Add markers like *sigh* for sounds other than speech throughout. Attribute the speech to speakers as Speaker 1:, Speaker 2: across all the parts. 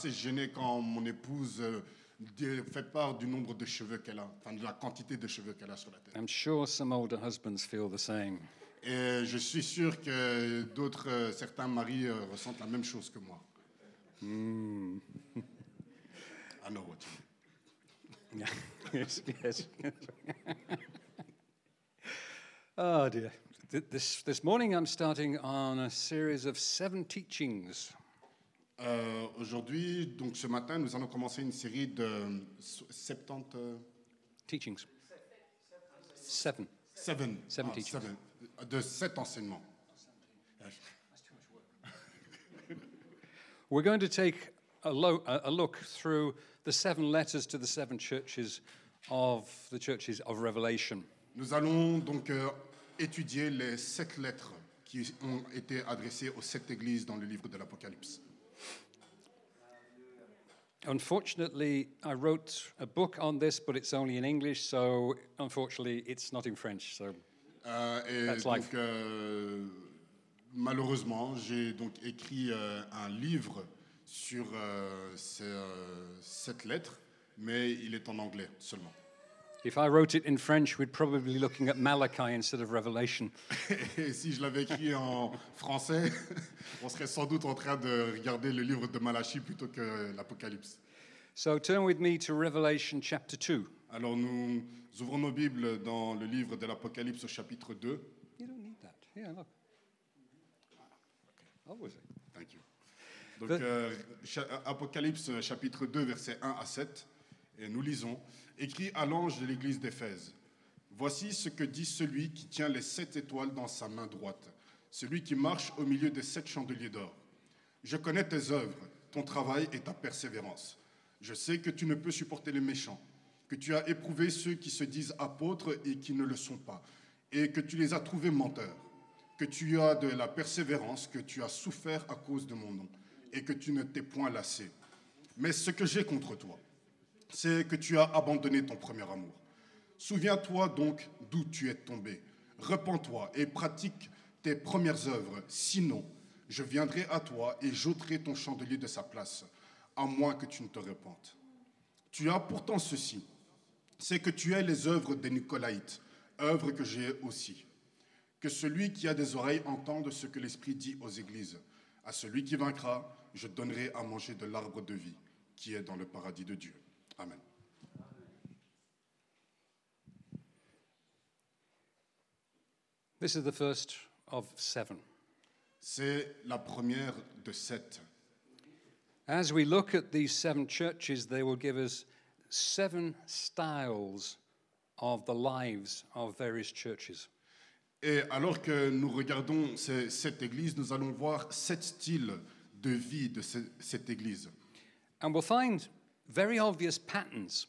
Speaker 1: C'est gêné quand mon épouse euh, fait part du nombre de cheveux qu'elle a, enfin de la quantité de cheveux qu'elle a sur la tête.
Speaker 2: I'm sure some older husbands feel the same.
Speaker 1: Et je suis sûr que d'autres, euh, certains maris euh, ressentent la même chose que moi. *laughs*
Speaker 2: Mm.
Speaker 1: I know what you mean.
Speaker 2: Yeah. *laughs* yes, yes. *laughs* oh dear. Th- This, this morning I'm starting on a series of seven teachings.
Speaker 1: Euh, Aujourd'hui, donc ce matin, nous allons commencer une série de euh, so- 70. euh,
Speaker 2: Teachings. Seven.
Speaker 1: seven. Ah,
Speaker 2: Seven teachings.
Speaker 1: seven. De sept enseignements.
Speaker 2: We're going to take a, lo- a a look through the seven letters to the seven churches of the churches of Revelation.
Speaker 1: Nous allons donc euh, étudier les sept lettres qui ont été adressées aux sept églises dans le livre de l'Apocalypse.
Speaker 2: Unfortunately, I wrote a book on this, but it's only in English, so unfortunately, it's not in French. So
Speaker 1: Euh, et
Speaker 2: That's
Speaker 1: donc,
Speaker 2: life.
Speaker 1: euh, malheureusement, j'ai donc écrit euh, un livre sur euh, ces, euh, cette lettre, mais il est en anglais seulement. *laughs*
Speaker 2: if I wrote it in French, we'd probably be looking at Malachi instead of Revelation.
Speaker 1: Et si je l'avais écrit en français, *laughs* on serait sans doute en train de regarder le livre de Malachie plutôt que l'Apocalypse.
Speaker 2: So turn with me to Revelation chapter 2.
Speaker 1: Alors nous ouvrons nos Bibles dans le livre de l'Apocalypse au chapitre 2.
Speaker 2: You don't need that. Yeah, look. Always.
Speaker 1: Thank you. Donc,
Speaker 2: Ve-
Speaker 1: euh, cha- Apocalypse euh, chapitre 2, versets 1 à 7, et nous lisons, écrit à l'ange de l'église d'Éphèse, Voici ce que dit celui qui tient les sept étoiles dans sa main droite, celui qui marche au milieu des sept chandeliers d'or. Je connais tes œuvres, ton travail et ta persévérance. Je sais que tu ne peux supporter les méchants, que tu as éprouvé ceux qui se disent apôtres et qui ne le sont pas, et que tu les as trouvés menteurs, que tu as de la persévérance, que tu as souffert à cause de mon nom, et que tu ne t'es point lassé. Mais ce que j'ai contre toi, c'est que tu as abandonné ton premier amour. Souviens-toi donc d'où tu es tombé. Repends-toi et pratique tes premières œuvres. Sinon, je viendrai à toi et j'ôterai ton chandelier de sa place, à moins que tu ne te repentes. Tu as pourtant ceci, c'est que tu es les œuvres des Nicolaïtes, œuvres que j'ai aussi. Que celui qui a des oreilles entende ce que l'Esprit dit aux églises. À celui qui vaincra, je donnerai à manger de l'arbre de vie qui est dans le paradis de Dieu. Amen.
Speaker 2: This is the first of seven.
Speaker 1: C'est la première de sept.
Speaker 2: As we look at these seven churches, they will give us seven styles of the lives of various churches.
Speaker 1: Et alors que nous regardons ces- cette église, nous allons voir sept styles de vie de ce- cette église.
Speaker 2: And we'll find very obvious patterns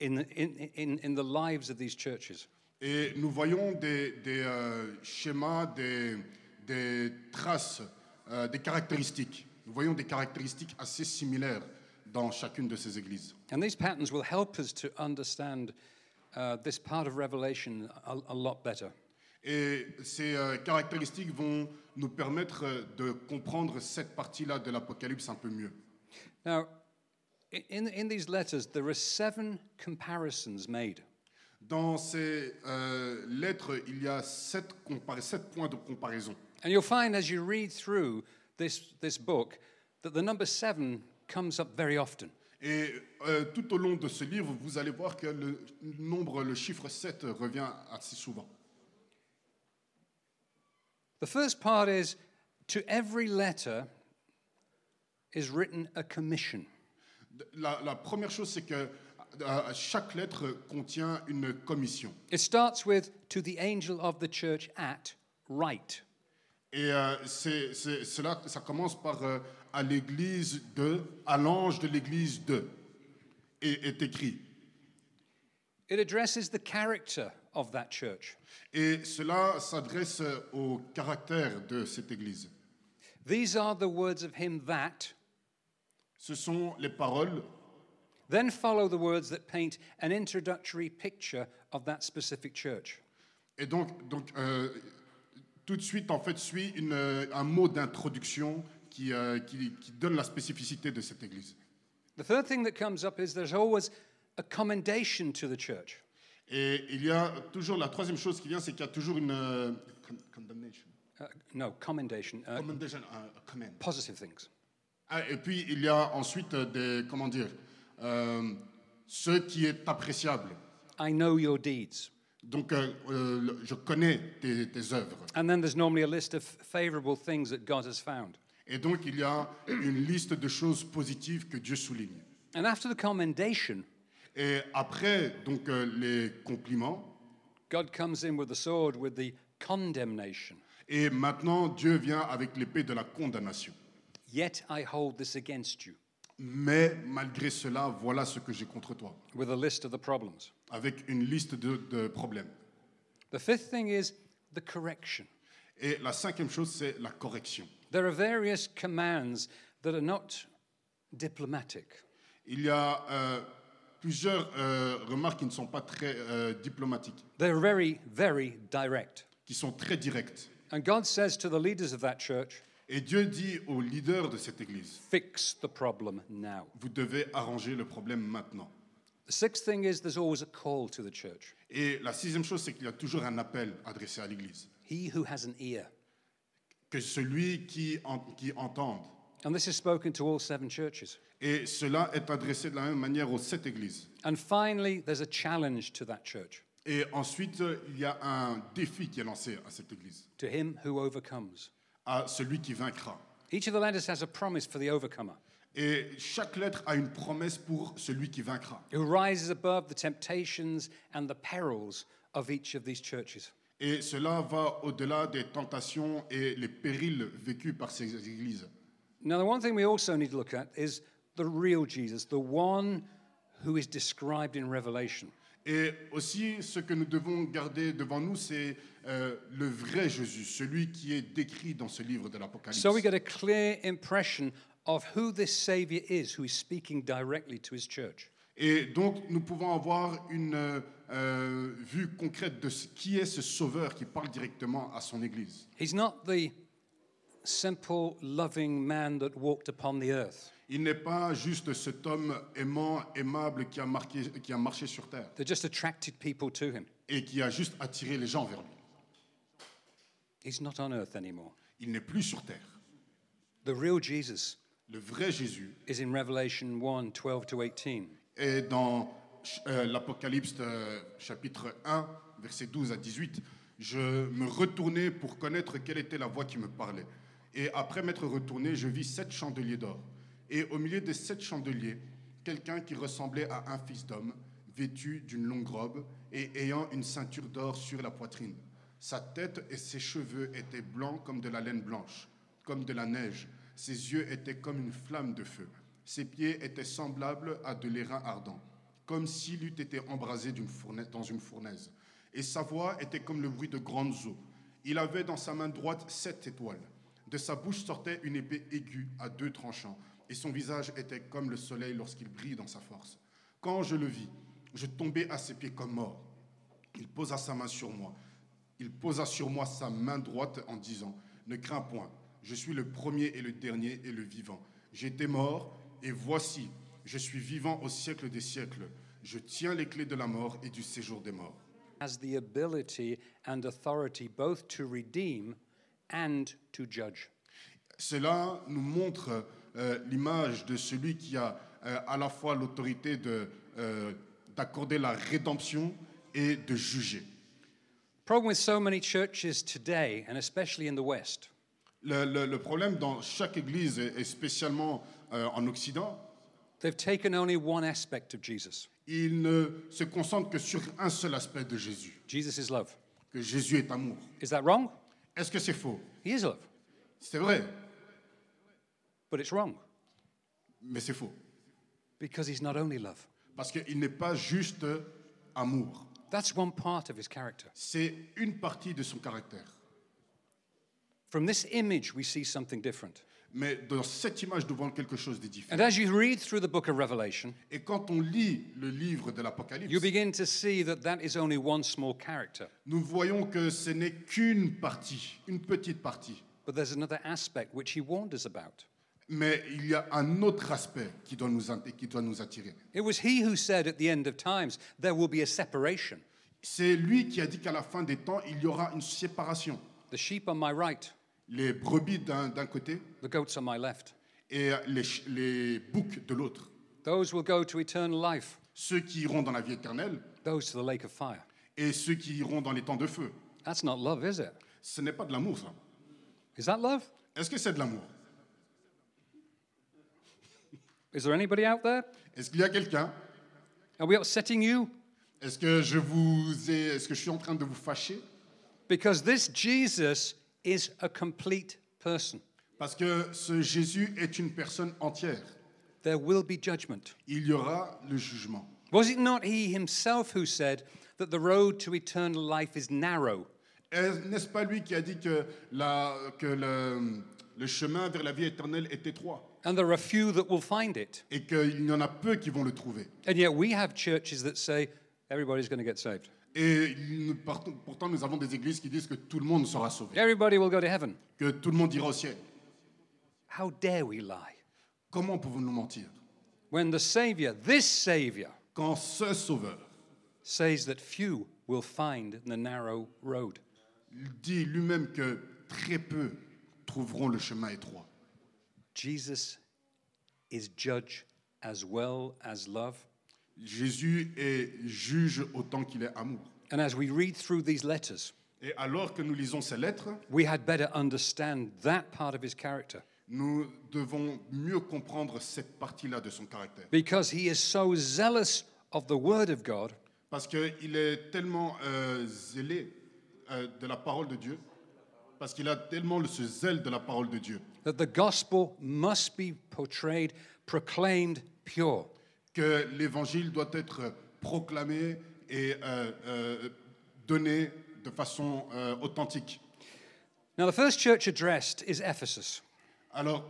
Speaker 2: in the, in, in, in the lives of these churches.
Speaker 1: Et nous voyons des, des, euh, schémas, des, des traces, euh, des caractéristiques. Nous voyons des caractéristiques assez similaires dans chacune de ces églises.
Speaker 2: And these patterns will help us to understand uh, this part of Revelation a, a lot better.
Speaker 1: Et ces euh, caractéristiques vont nous permettre euh, de comprendre cette partie-là de l'Apocalypse un peu mieux.
Speaker 2: Now, i- in, in these letters, there are seven comparisons made.
Speaker 1: Dans ces euh, lettres, il y a sept, compar- sept points de comparaison.
Speaker 2: And you'll find as you read through this, this book that the number seven comes up very often.
Speaker 1: Et euh, tout au long de ce livre, vous allez voir que le nombre, le chiffre 7 revient assez souvent.
Speaker 2: The first part is to every letter is written a commission.
Speaker 1: La, la première chose, c'est que euh, chaque lettre contient une commission.
Speaker 2: It starts with to the angel of the church at right.
Speaker 1: Et euh, c'est- c'est- cela, ça commence par euh, à l'église de, à l'ange de l'église de, et est écrit.
Speaker 2: It addresses the character of that church.
Speaker 1: Et cela s'adresse euh, au caractère de cette église.
Speaker 2: These are the words of him that.
Speaker 1: Ce sont les paroles,
Speaker 2: Then follow the words that paint an introductory picture of that specific church.
Speaker 1: et donc, donc euh, tout de suite, en fait, suit une, euh, un mot d'introduction qui, euh, qui- qui donne la spécificité de cette église.
Speaker 2: The third thing that comes up is there's always a commendation to the church.
Speaker 1: Et il y a toujours la troisième chose qui vient, c'est qu'il y a toujours une euh, con- condemnation.
Speaker 2: Uh, no, commendation, uh,
Speaker 1: Commendation, euh, comment.
Speaker 2: positive things.
Speaker 1: Ah, et puis il y a ensuite euh, des comment dire euh, ce qui est appréciable.
Speaker 2: I know your deeds.
Speaker 1: Donc euh, euh, le- je connais tes, tes œuvres.
Speaker 2: And then there's normally a list of favorable things that God has found.
Speaker 1: Et donc il y a une liste de choses positives que Dieu souligne.
Speaker 2: And after the commendation,
Speaker 1: Et après donc euh, les compliments
Speaker 2: God comes in with the sword with the condemnation.
Speaker 1: et maintenant Dieu vient avec l'épée de la condamnation.
Speaker 2: Yet I hold this against you
Speaker 1: Mais malgré cela, voilà ce que j'ai contre toi,
Speaker 2: with a list of the problems.
Speaker 1: avec une liste de, de problèmes.
Speaker 2: The fifth thing is the correction.
Speaker 1: Et la cinquième chose, c'est la correction.
Speaker 2: There are various commands that are not diplomatic.
Speaker 1: Il y a euh, plusieurs euh, remarques qui ne sont pas très euh, diplomatiques,
Speaker 2: They're very, very direct.
Speaker 1: qui sont très directes.
Speaker 2: And God says to the leaders of that church,
Speaker 1: Et Dieu dit aux leaders de cette Église,
Speaker 2: fix the problem now.
Speaker 1: vous devez arranger le problème maintenant.
Speaker 2: The sixth thing is there's always a call to the church.
Speaker 1: Et la sixième chose, c'est qu'il y a toujours un appel adressé à l'Église,
Speaker 2: He who has an ear.
Speaker 1: que celui qui, en- qui entende.
Speaker 2: And this is spoken to all seven churches.
Speaker 1: Et cela est adressé de la même manière aux sept Églises.
Speaker 2: And finally, there's a challenge to that church,
Speaker 1: Et ensuite, euh, il y a un défi qui est lancé à cette Église,
Speaker 2: to him who overcomes.
Speaker 1: à celui qui vaincra.
Speaker 2: Each of the letters has a promise for the overcomer,
Speaker 1: Et chaque lettre a une promesse pour celui qui vaincra.
Speaker 2: who rises above the temptations and the perils of each of these churches.
Speaker 1: Et cela va au-delà des tentations et les périls vécus par ces églises.
Speaker 2: Now, the one thing we also need to look at is the real Jesus, the one who is described in Revelation.
Speaker 1: Et aussi, ce que nous devons garder devant nous, c'est euh, le vrai Jésus, celui qui est décrit dans ce livre de l'Apocalypse.
Speaker 2: So we get a clear impression of who this Savior is, who is speaking directly to his church.
Speaker 1: Et donc, nous pouvons avoir une euh, euh, vue concrète de ce- qui est ce Sauveur qui parle directement à son Église.
Speaker 2: He's not the simple, loving man that walked upon the earth.
Speaker 1: Il n'est pas juste cet homme aimant, aimable qui a, marqué, qui a marché sur terre
Speaker 2: They just attracted people to him.
Speaker 1: et qui a juste attiré les gens vers lui.
Speaker 2: He's not on earth anymore.
Speaker 1: Il n'est plus sur terre.
Speaker 2: The real Jesus
Speaker 1: Le vrai Jésus
Speaker 2: is in Revelation 1 12 to 18.
Speaker 1: Et dans euh, l'Apocalypse euh, chapitre 1, versets 12 à 18, je me retournai pour connaître quelle était la voix qui me parlait. Et après m'être retourné, je vis sept chandeliers d'or. Et au milieu des sept chandeliers, quelqu'un qui ressemblait à un fils d'homme, vêtu d'une longue robe et ayant une ceinture d'or sur la poitrine. Sa tête et ses cheveux étaient blancs comme de la laine blanche, comme de la neige. Ses yeux étaient comme une flamme de feu. Ses pieds étaient semblables à de l'airain ardent, comme s'il eût été embrasé d'une fournaise- dans une fournaise. Et sa voix était comme le bruit de grandes eaux. Il avait dans sa main droite sept étoiles. De sa bouche sortait une épée aiguë à deux tranchants, et son visage était comme le soleil lorsqu'il brille dans sa force. Quand je le vis, je tombai à ses pieds comme mort. Il posa sa main sur moi. Il posa sur moi sa main droite en disant Ne crains point, je suis le premier et le dernier et le vivant. J'étais mort, et voici, je suis vivant au siècle des siècles. Je tiens les clés de la mort et du séjour des morts.
Speaker 2: Has the ability and authority both to redeem and to judge.
Speaker 1: Cela nous montre euh, l'image de celui qui a euh, à la fois l'autorité de, euh, d'accorder la rédemption et de juger.
Speaker 2: Problem with so many churches today, and especially in the West,
Speaker 1: Le, le- le problème dans chaque église, et et spécialement euh, en Occident,
Speaker 2: they've taken only one aspect of Jesus
Speaker 1: il ne se concentre que sur un seul aspect de Jésus,
Speaker 2: Jesus is love.
Speaker 1: que Jésus est amour.
Speaker 2: Is that wrong?
Speaker 1: Est-ce que c'est faux
Speaker 2: He is love,
Speaker 1: C'est vrai,
Speaker 2: but it's wrong
Speaker 1: mais c'est faux.
Speaker 2: because he's not only love.
Speaker 1: Parce qu'il n'est pas juste amour.
Speaker 2: That's one part of his character.
Speaker 1: C'est une partie de son caractère.
Speaker 2: From this image, we see something different.
Speaker 1: Mais dans cette image, nous voyons quelque chose de différent.
Speaker 2: And as you read through the book of Revelation,
Speaker 1: Et quand on lit le livre de
Speaker 2: you
Speaker 1: l'Apocalypse,
Speaker 2: begin to see that that is only one small character.
Speaker 1: nous voyons que ce n'est qu'une partie, une petite partie.
Speaker 2: But there's another aspect which he warned us about.
Speaker 1: Mais il y a un autre aspect qui doit nous, int- qui doit nous attirer.
Speaker 2: It was he who said at the end of times, there will be a separation.
Speaker 1: C'est lui qui a dit qu'à la fin des temps, il y aura une séparation.
Speaker 2: The sheep on my right,
Speaker 1: Les brebis d'un d'un côté
Speaker 2: the goats on my left.
Speaker 1: et les, ch- les boucs de l'autre.
Speaker 2: Those will go to eternal life,
Speaker 1: Ceux qui iront dans la vie éternelle
Speaker 2: those to the lake of fire.
Speaker 1: et ceux qui iront dans les temps de feu.
Speaker 2: That's not love, is it?
Speaker 1: Ce n'est pas de l'amour, ça.
Speaker 2: Is that love?
Speaker 1: Est-ce que c'est de l'amour
Speaker 2: Is there anybody out there?
Speaker 1: Est-ce qu'il y a quelqu'un
Speaker 2: Are we upsetting you?
Speaker 1: Est-ce que je vous ai... Est-ce que je suis en train de vous fâcher
Speaker 2: Because this Jesus is a complete person.
Speaker 1: Parce que ce Jésus est une personne entière.
Speaker 2: There will be judgment.
Speaker 1: Il y aura le jugement.
Speaker 2: Was it not he himself who said that the road to eternal life is narrow
Speaker 1: Est- N'est-ce pas lui qui a dit que, la- que le, le chemin vers la vie éternelle est étroit
Speaker 2: and there are few that will find it?
Speaker 1: et qu'il y en a peu qui vont le trouver
Speaker 2: And yet we have churches that say everybody's going to get saved,
Speaker 1: Et nous partons- pourtant, nous avons des églises qui disent que tout le monde sera sauvé,
Speaker 2: everybody will go to heaven.
Speaker 1: que tout le monde ira au ciel.
Speaker 2: How dare we lie
Speaker 1: Comment pouvons-nous mentir
Speaker 2: when the Savior, this Savior,
Speaker 1: quand ce Sauveur
Speaker 2: says that few will find the narrow road?
Speaker 1: dit lui-même que très peu trouveront le chemin étroit
Speaker 2: Jesus is judge as well as love.
Speaker 1: Jésus est juge autant qu'il est amour.
Speaker 2: And as we read through these letters,
Speaker 1: Et alors que nous lisons ces lettres,
Speaker 2: we had better understand that part of his character
Speaker 1: nous devons mieux comprendre cette partie-là de son caractère.
Speaker 2: because he is so zealous of the word of God
Speaker 1: Parce qu'il est tellement euh, zélé euh, de la parole de Dieu, parce qu'il a tellement ce zèle de la parole de Dieu,
Speaker 2: that the gospel must be portrayed, proclaimed pure.
Speaker 1: que l'évangile doit être proclamé et euh, euh, donné de façon euh, authentique.
Speaker 2: Now, the first church addressed is Ephesus.
Speaker 1: Alors,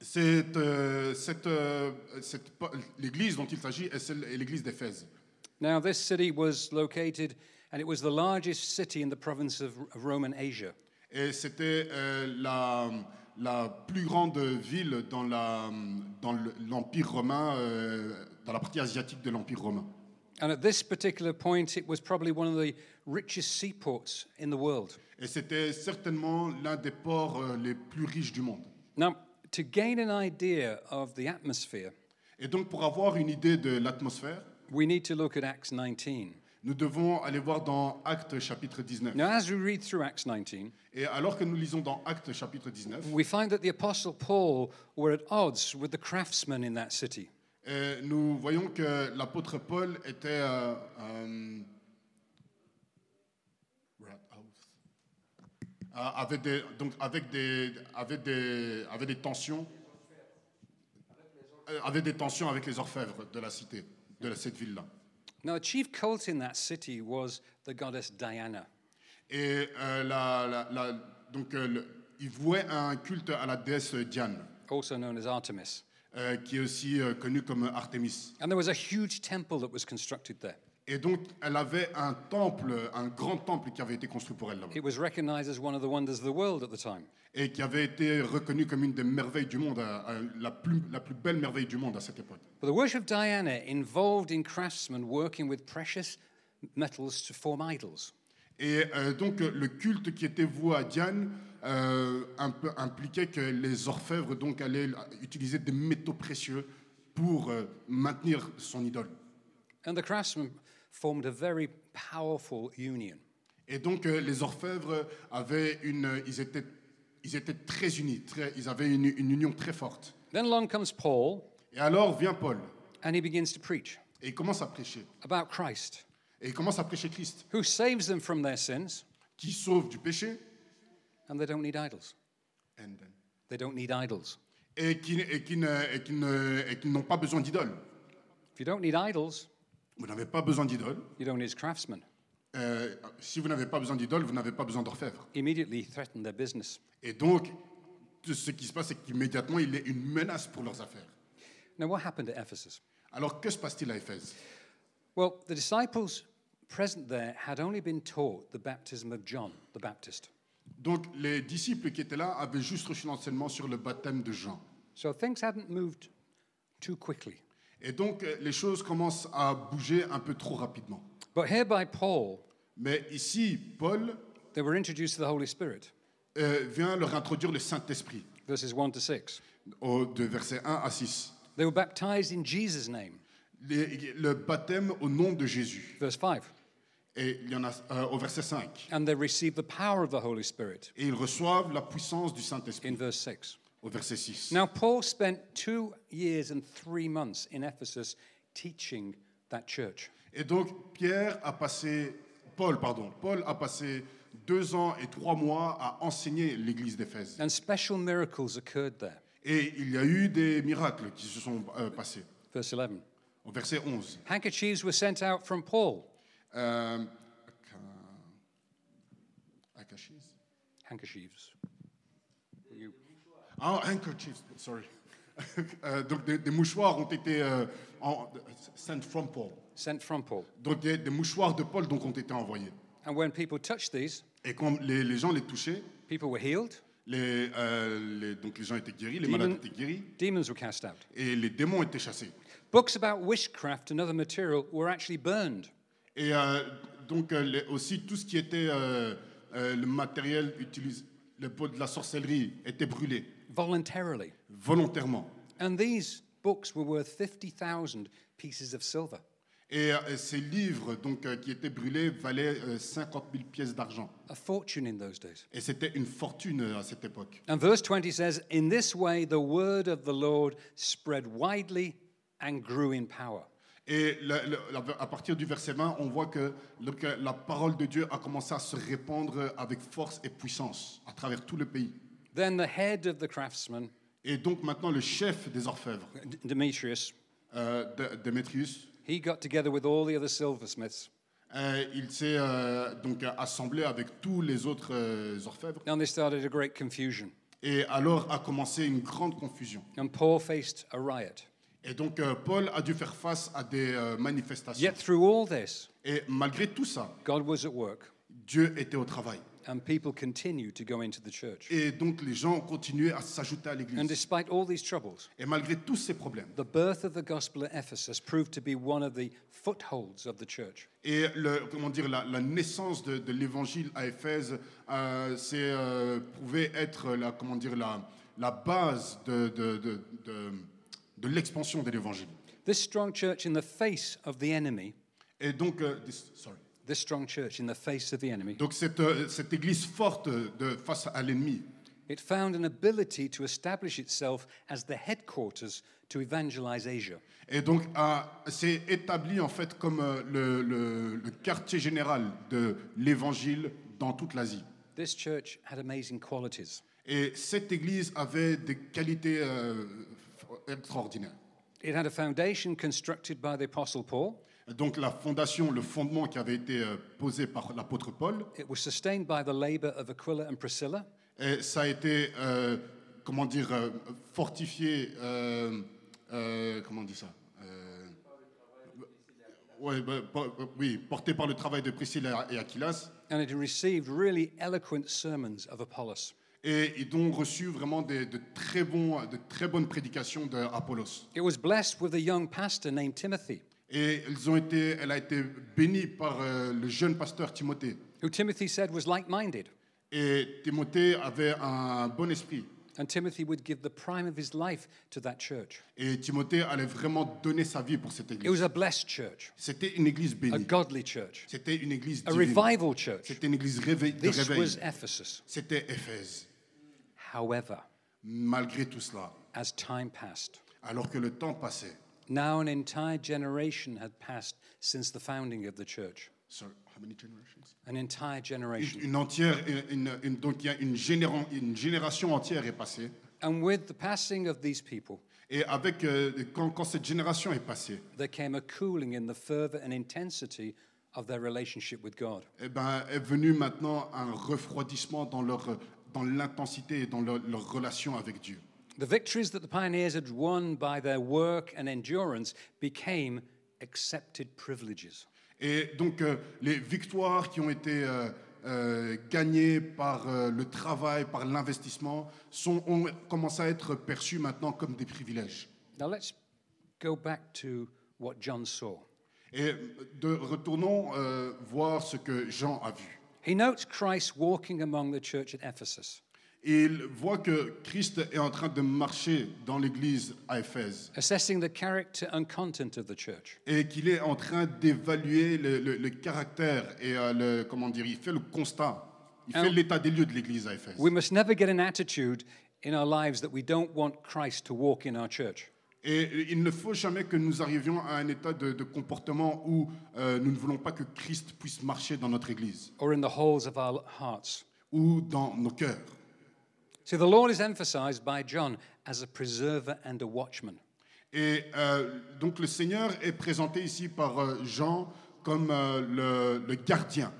Speaker 1: cette, euh, cette, euh, cette pa- l'église dont il s'agit est, celle- est l'église d'Éphèse.
Speaker 2: Now, this city was located, and it was the largest city in the province of, of Roman Asia.
Speaker 1: Et c'était euh, la, la plus grande ville dans, la, dans le- l'Empire romain, euh, dans la partie asiatique de l'Empire romain.
Speaker 2: And at this particular point, it was probably one of the richest seaports in the world.
Speaker 1: Et c'était certainement l'un des ports euh, les plus riches du monde.
Speaker 2: Now, to gain an idea of the atmosphere,
Speaker 1: Et donc, pour avoir une idée de l'atmosphère,
Speaker 2: we need to look at Acts 19.
Speaker 1: nous devons aller voir dans Actes chapitre 19.
Speaker 2: Now, as we read through Acts 19,
Speaker 1: Et alors que nous lisons dans Actes chapitre 19,
Speaker 2: we find that the Apostle Paul were at odds with the craftsmen in that city.
Speaker 1: Et euh, nous voyons que l'apôtre Paul était. euh, euh, euh, avait des, donc avec des, avait des, avait des tensions, euh, avait des tensions avec les orfèvres de la cité, de la- cette ville-là.
Speaker 2: Now, the chief cult in that city was the goddess Diana.
Speaker 1: Et euh, la, la- la- donc euh, le- il vouait un culte à la déesse Diane,
Speaker 2: also known as Artemis.
Speaker 1: euh, qui est aussi euh, connue comme Artémis.
Speaker 2: And there was a huge temple that was constructed there.
Speaker 1: Et donc elle avait un temple, un grand temple qui avait été construit pour elle là-bas.
Speaker 2: It was recognized as one of the wonders of the world at the time.
Speaker 1: et qui avait été reconnue comme une des merveilles du monde, à- à- la, plus, la plus belle merveille du monde à cette époque.
Speaker 2: But the worship of Diana involved in craftsmen working with precious metals to form idols.
Speaker 1: Et euh, donc euh, le culte qui était voué à Diane euh, un peu impliquait que les orfèvres donc, allaient euh, utiliser des métaux précieux pour euh, maintenir son idole.
Speaker 2: And the craftsmen formed a very powerful union.
Speaker 1: Et donc euh, les orfèvres avaient une, euh, ils, étaient, ils étaient très unis, très- ils avaient une, une union très forte.
Speaker 2: Then along comes Paul,
Speaker 1: Et alors vient Paul
Speaker 2: and he begins to preach
Speaker 1: et il commence à prêcher.
Speaker 2: about Christ,
Speaker 1: Et il commence à prêcher Christ,
Speaker 2: who saves them from their sins,
Speaker 1: qui sauve du péché.
Speaker 2: and they don't need idols.
Speaker 1: And then-
Speaker 2: They don't need idols.
Speaker 1: et qui, et qui ne- et qui ne- et qui n'ont pas besoin d'idoles.
Speaker 2: If you don't need idols,
Speaker 1: Vous n'avez pas besoin d'idoles.
Speaker 2: you don't need craftsmen.
Speaker 1: Euh, si vous n'avez pas besoin d'idoles, vous n'avez pas besoin d'orfèvres.
Speaker 2: Immediately threaten their business.
Speaker 1: Et donc, tout ce qui se passe, c'est qu'immédiatement, il est une menace pour leurs affaires.
Speaker 2: Now, what happened at Ephesus?
Speaker 1: Alors, que se passe-t-il à Éphèse
Speaker 2: Well, the disciples present there had only been taught the baptism of John the Baptist.
Speaker 1: Donc, les disciples qui étaient là avaient juste reçu l'enseignement sur le baptême de Jean.
Speaker 2: So things hadn't moved too quickly.
Speaker 1: Et donc, euh, les choses commencent à bouger un peu trop rapidement.
Speaker 2: But here by Paul,
Speaker 1: Mais ici, Paul
Speaker 2: they were introduced to the Holy Spirit,
Speaker 1: euh, vient leur introduire le Saint-Esprit,
Speaker 2: verses 1 to 6.
Speaker 1: au- de versets 1 à 6.
Speaker 2: They were baptized in Jesus' name,
Speaker 1: Les- le baptême au nom de Jésus.
Speaker 2: verse 5.
Speaker 1: Et il y en a euh, au verset 5.
Speaker 2: And they received the power of the Holy Spirit,
Speaker 1: Et ils reçoivent la puissance du Saint-Esprit,
Speaker 2: in verse 6.
Speaker 1: au verset 6.
Speaker 2: Now, Paul spent two years and three months in Ephesus teaching that church.
Speaker 1: Et donc, Pierre a passé, Paul, pardon, Paul a passé deux ans et trois mois à enseigner l'église d'Éphèse.
Speaker 2: And special miracles occurred there.
Speaker 1: Et il y a eu des miracles qui se sont euh, passés.
Speaker 2: Verse 11.
Speaker 1: Au verset 11.
Speaker 2: Handkerchiefs were sent out from Paul.
Speaker 1: Euh, Aka- Akashis?
Speaker 2: Handkerchiefs.
Speaker 1: Ah, handkerchiefs, sorry. *laughs* Euh, donc des, des mouchoirs ont été euh, en- sent from Paul.
Speaker 2: Sent from Paul.
Speaker 1: Donc des, des mouchoirs de Paul donc ont été envoyés.
Speaker 2: And when people touched these,
Speaker 1: Et quand les, les gens les touchaient,
Speaker 2: people were healed,
Speaker 1: les, euh, les- donc les gens étaient guéris, les
Speaker 2: Demon-
Speaker 1: malades étaient guéris
Speaker 2: demons were cast out.
Speaker 1: et les démons étaient chassés.
Speaker 2: Books about witchcraft and other material were actually burned.
Speaker 1: Et euh, donc euh, les- aussi tout ce qui était euh, euh, le matériel utilisé, le pot de la sorcellerie était brûlé
Speaker 2: voluntarily.
Speaker 1: volontairement.
Speaker 2: And these books were worth 50,000 pieces of silver.
Speaker 1: Et euh, ces livres donc, euh, qui étaient brûlés valaient euh, 50 000 pièces d'argent.
Speaker 2: A fortune in those days.
Speaker 1: Et c'était une fortune euh, à cette époque.
Speaker 2: And verse 20 says, In this way the word of the Lord spread widely and grew in power.
Speaker 1: Et le- le- la- à partir du verset 20, on voit que le- que la parole de Dieu a commencé à se répandre euh, avec force et puissance à travers tout le pays.
Speaker 2: Then the head of the craftsman,
Speaker 1: Et donc maintenant, le chef des orfèvres,
Speaker 2: D- Demetrius,
Speaker 1: euh, de- Demetrius,
Speaker 2: he got together with all the other silversmiths.
Speaker 1: euh, il s'est euh, donc euh, assemblé avec tous les autres euh, orfèvres.
Speaker 2: And they started a great confusion.
Speaker 1: Et alors a commencé une grande confusion.
Speaker 2: And Paul faced a riot.
Speaker 1: Et donc euh, Paul a dû faire face à des euh, manifestations.
Speaker 2: Yet through all this,
Speaker 1: Et malgré tout ça,
Speaker 2: God was at work,
Speaker 1: Dieu était au travail.
Speaker 2: and people continued to go into the church.
Speaker 1: Et donc les gens ont continué à s'ajouter à
Speaker 2: And
Speaker 1: l'Église.
Speaker 2: despite all these troubles,
Speaker 1: Et malgré tous ces problèmes,
Speaker 2: The birth of the gospel at Ephesus proved to be one of the footholds of the church.
Speaker 1: et le, comment dire, la, la naissance de, de l'Évangile à Éphèse euh, s'est euh, prouvée être la, comment dire, la, la base de, de, de, de, de l'expansion de l'Évangile.
Speaker 2: This strong church, in the face of the enemy,
Speaker 1: Et donc, euh, this- sorry.
Speaker 2: this strong church, in the face of the enemy,
Speaker 1: donc cette, euh, cette Église forte de, face à l'ennemi,
Speaker 2: it found an ability to establish itself as the headquarters to evangelize Asia.
Speaker 1: et donc a- s'est établie en fait comme euh, le, le- le quartier général de l'Évangile dans toute l'Asie.
Speaker 2: This church had amazing qualities.
Speaker 1: Et cette église avait des qualités euh, extraordinaires.
Speaker 2: It had a foundation constructed by the Apostle Paul,
Speaker 1: Donc la fondation, le fondement qui avait été euh, posé par l'apôtre Paul,
Speaker 2: it was sustained by the labor of Aquila and Priscilla,
Speaker 1: et ça a été, euh, comment dire, euh, fortifié, euh, euh, comment on dit ça Euh, ouais, bah, por- Oui, porté par le travail de Priscilla et Aquilas.
Speaker 2: and it received really eloquent sermons of Apollos.
Speaker 1: Et ils ont reçu vraiment des, de, très bons, de très bonnes prédications d'Apollos.
Speaker 2: It was blessed with a young pastor named Timothy.
Speaker 1: Et ils ont été, elle a été bénie par euh, le jeune pasteur Timothée.
Speaker 2: who Timothy said was like minded.
Speaker 1: Et Timothée avait un bon esprit.
Speaker 2: And Timothy would give the prime of his life to that church.
Speaker 1: Et Timothée allait vraiment donner sa vie pour cette
Speaker 2: It
Speaker 1: église.
Speaker 2: was a blessed church,
Speaker 1: C'était une église
Speaker 2: a
Speaker 1: bénie.
Speaker 2: godly church,
Speaker 1: C'était une église
Speaker 2: a
Speaker 1: divine.
Speaker 2: revival church.
Speaker 1: C'était une église réveil- de
Speaker 2: This was
Speaker 1: réveil.
Speaker 2: Ephesus.
Speaker 1: C'était Éphèse.
Speaker 2: However,
Speaker 1: Malgré tout cela,
Speaker 2: as time passed,
Speaker 1: alors que le temps passait,
Speaker 2: now an entire generation had passed since the founding of the church.
Speaker 1: Sorry, how many generations?
Speaker 2: An entire generation.
Speaker 1: une entière, une- une- donc il y a une, généra- une génération entière est passée.
Speaker 2: And with the passing of these people,
Speaker 1: Et avec euh, quand, quand cette génération est passée,
Speaker 2: there came a cooling in the fervor and intensity of their relationship with God.
Speaker 1: eh ben, est venu maintenant un refroidissement dans leur dans l'intensité et dans leur- leur relation avec Dieu.
Speaker 2: The victories that the pioneers had won by their work and endurance became accepted privileges.
Speaker 1: Et donc, euh, les victoires qui ont été euh, euh, gagnés par euh, le travail, par l'investissement, sont, ont commencé à être perçus maintenant comme des privilèges.
Speaker 2: Now let's go back to what John saw.
Speaker 1: Et de, retournons euh, voir ce que Jean a vu.
Speaker 2: He notes Christ walking among the church at Ephesus,
Speaker 1: Il voit que Christ est en train de marcher dans l'église à Éphèse
Speaker 2: assessing the character and content of the church.
Speaker 1: et qu'il est en train d'évaluer le, le- le caractère et euh, le, comment dire, il fait le constat, il
Speaker 2: Ah.
Speaker 1: fait l'état des lieux de l'église à Éphèse.
Speaker 2: We must never get an attitude in our lives that we don't want Christ to walk in our church.
Speaker 1: Et euh, il ne faut jamais que nous arrivions à un état de, de comportement où euh, nous ne voulons pas que Christ puisse marcher dans notre église
Speaker 2: or in the holes of our hearts.
Speaker 1: ou dans nos cœurs.
Speaker 2: See, the Lord is emphasized by John as a preserver and a watchman.
Speaker 1: Et euh, donc le Seigneur est présenté ici par euh, Jean comme euh, le- le gardien.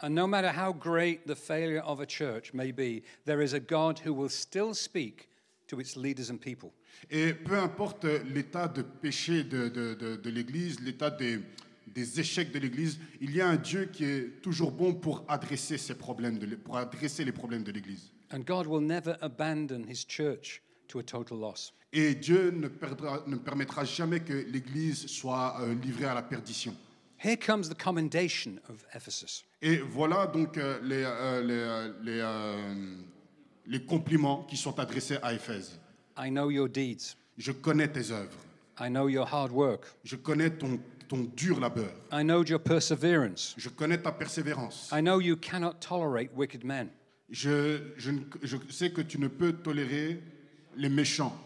Speaker 2: And no matter how great the failure of a church may be, there is a God who will still speak to its leaders and people.
Speaker 1: Et peu importe euh, l'état de péché de, de- de- de l'Église, l'état des, des échecs de l'Église, il y a un Dieu qui est toujours bon pour adresser, ces problèmes de l'É- pour adresser les problèmes de l'Église.
Speaker 2: And God will never abandon his church to a total loss.
Speaker 1: Et Dieu ne, perdra- ne permettra jamais que l'Église soit euh, livrée à la perdition.
Speaker 2: Here comes the commendation of Ephesus.
Speaker 1: Et voilà donc euh, les, euh, les, euh, les, euh, les compliments qui sont adressés à Éphèse.
Speaker 2: I know your deeds.
Speaker 1: Je connais tes œuvres,
Speaker 2: I know your hard work.
Speaker 1: je connais ton, ton dur labeur,
Speaker 2: I know your perseverance.
Speaker 1: je connais ta persévérance.
Speaker 2: I know you cannot tolerate wicked men.
Speaker 1: Je, je ne- je sais que tu ne peux tolérer les méchants.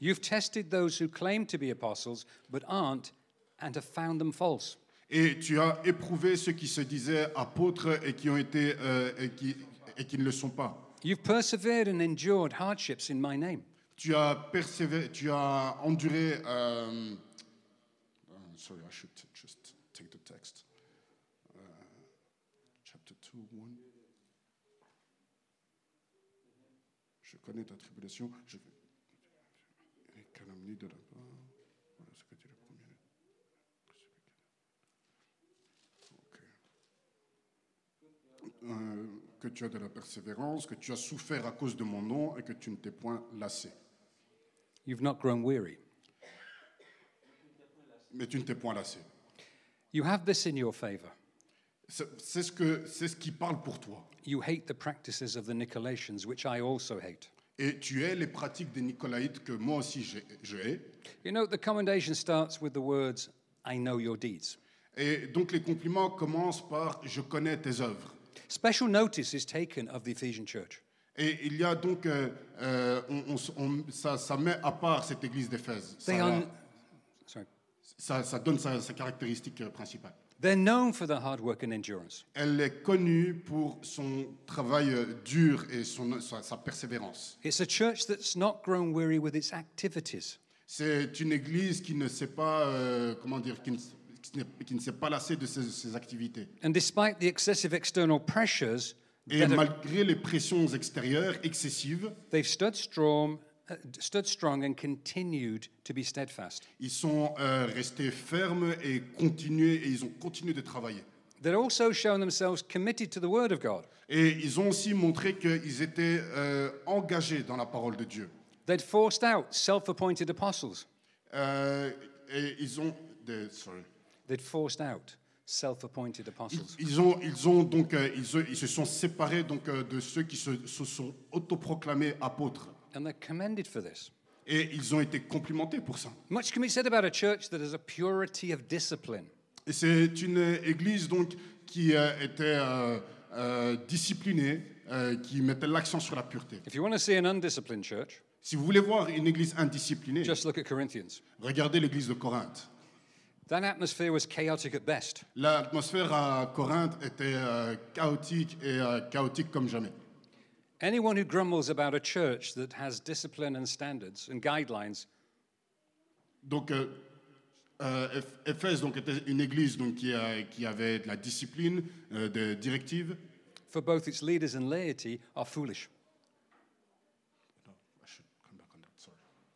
Speaker 2: You've tested those who claim to be apostles but aren't and have found them false.
Speaker 1: Et tu as éprouvé ceux qui se disaient apôtres et qui, ont été, euh, et qui, et qui ne le sont pas.
Speaker 2: You've persevered and endured hardships in my name.
Speaker 1: Tu as, persévé- tu as enduré... euh, uh, sorry, I should just take the text. Uh, chapter 2, 1. Je connais ta tribulation. Je vais... Et calomnie de la part. Voilà ce que dit le premier. Euh, que tu as de la persévérance, que tu as souffert à cause de mon nom et que tu ne t'es point lassé.
Speaker 2: You've not grown weary.
Speaker 1: Mais tu ne t'es point lassé.
Speaker 2: You have this in your favor.
Speaker 1: C'est c'est ce, que- c'est ce qui parle pour toi.
Speaker 2: You hate the practices of the Nicolaitans, which I also hate.
Speaker 1: Et tu hais les pratiques des Nicolaïtes que moi aussi j'ai- je hais.
Speaker 2: You know, the commendation starts with the words, I know your deeds.
Speaker 1: Et donc les compliments commencent par Je connais tes œuvres.
Speaker 2: Special notice is taken of the Ephesian church.
Speaker 1: Et il y a donc, euh, euh, on- on s- on- ça, ça met à part cette église d'Éphèse.
Speaker 2: They
Speaker 1: Ça,
Speaker 2: are,
Speaker 1: la-
Speaker 2: sorry,
Speaker 1: ça- ça donne sa, sa caractéristique euh, principale.
Speaker 2: they're known for their hard work and endurance.
Speaker 1: Elle est connue pour son travail euh, dur et son, sa- sa persévérance.
Speaker 2: It's a church that's not grown weary with its activities.
Speaker 1: C'est une église qui ne s'est pas, euh, comment dire, qui ne, qui ne- qui ne s'est pas lassée de ses, ses activités.
Speaker 2: And despite the excessive external pressures
Speaker 1: Et
Speaker 2: that are-
Speaker 1: malgré les pressions extérieures excessives,
Speaker 2: They've stood strong, uh, stood strong and continued to be steadfast.
Speaker 1: ils sont euh, restés fermes et continués, et ils ont continué de travailler.
Speaker 2: They've also shown themselves committed to the Word of God.
Speaker 1: Et ils ont aussi montré qu'ils étaient euh, engagés dans la parole de Dieu.
Speaker 2: They'd forced out self appointed apostles.
Speaker 1: Euh, et ils ont, des- sorry.
Speaker 2: They'd forced out self appointed
Speaker 1: Ils,
Speaker 2: apostles.
Speaker 1: ils ont, ils ont donc, euh, ils, se- ils se sont séparés donc euh, de ceux qui se, se sont autoproclamés apôtres.
Speaker 2: And they're commended for this.
Speaker 1: Et ils ont été complimentés pour ça.
Speaker 2: Much can be said about a church that has a purity of discipline.
Speaker 1: Et c'est une euh, église donc qui euh, était euh, euh, disciplinée, euh, qui mettait l'accent sur la pureté.
Speaker 2: If you want to see an undisciplined church,
Speaker 1: Si vous voulez voir une église indisciplinée,
Speaker 2: just look at Corinthians.
Speaker 1: regardez l'église de Corinthe.
Speaker 2: That atmosphere was chaotic at best.
Speaker 1: L'atmosphère à Corinthe était euh, chaotique et euh, chaotique comme jamais.
Speaker 2: Anyone who grumbles about a church that has discipline and standards and guidelines
Speaker 1: Donc euh, euh, Eph- Éphèse donc était une église donc qui, euh, qui avait de la discipline, euh, des directives.
Speaker 2: for both its leaders and laity are foolish.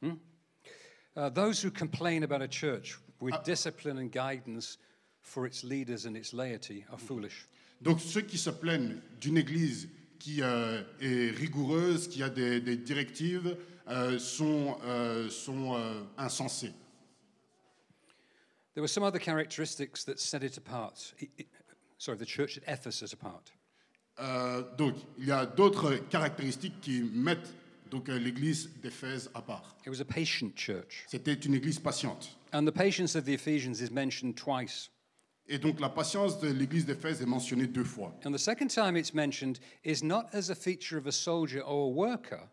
Speaker 2: Uh, those who complain about a church with discipline and guidance for its leaders and its laity are foolish.
Speaker 1: Donc ceux qui se plaignent d'une Église qui euh, est rigoureuse, qui a des, des directives, euh, sont, euh, sont euh, insensés.
Speaker 2: There were some other characteristics that set it apart. It- it- sorry, the church at Ephesus apart.
Speaker 1: Euh, donc il y a d'autres caractéristiques qui mettent donc euh, l'Église d'Éphèse à part.
Speaker 2: It was a patient church.
Speaker 1: C'était une Église patiente.
Speaker 2: And the patience of the Ephesians is mentioned twice.
Speaker 1: Et donc la patience de l'Église d'Éphèse est mentionnée deux fois.
Speaker 2: And the second time it's mentioned is not as a feature of a soldier or a worker,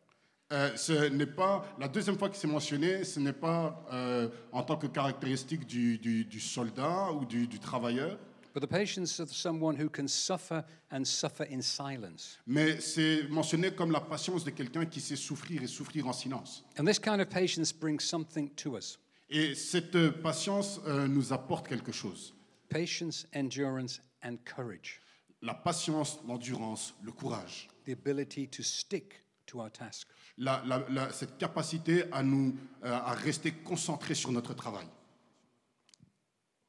Speaker 1: Euh, ce n'est pas la deuxième fois que c'est mentionné, ce n'est pas euh, en tant que caractéristique du, du- du soldat ou du, du travailleur,
Speaker 2: but the patience of someone who can suffer and suffer in silence.
Speaker 1: mais c'est mentionné comme la patience de quelqu'un qui sait souffrir et souffrir en silence.
Speaker 2: And this kind of patience brings something to us
Speaker 1: Et cette euh, patience euh, nous apporte quelque chose.
Speaker 2: patience, endurance, and courage,
Speaker 1: La patience, l'endurance, le courage.
Speaker 2: the ability to stick to our task.
Speaker 1: La- la- la- cette capacité à nous, euh, à rester concentrés sur notre travail.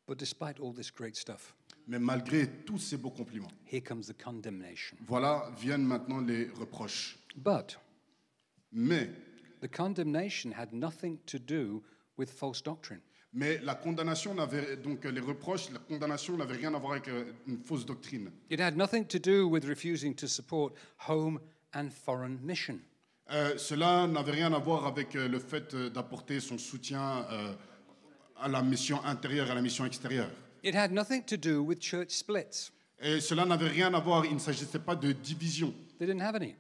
Speaker 2: But despite all this great stuff,
Speaker 1: Mais malgré tous ces beaux compliments,
Speaker 2: here comes the condemnation.
Speaker 1: voilà viennent maintenant les reproches.
Speaker 2: But
Speaker 1: Mais,
Speaker 2: the condemnation had nothing to do with false doctrine.
Speaker 1: mais la condamnation n'avait donc les reproches, la condamnation n'avait rien à voir avec euh, une fausse doctrine.
Speaker 2: It had nothing to do with refusing to support home and foreign mission.
Speaker 1: Euh, cela n'avait rien à voir avec euh, le fait euh, d'apporter son soutien euh, à la mission intérieure et à la mission extérieure.
Speaker 2: It had nothing to do with church splits.
Speaker 1: Et cela n'avait rien à voir, il ne s'agissait pas de division.
Speaker 2: They didn't have any.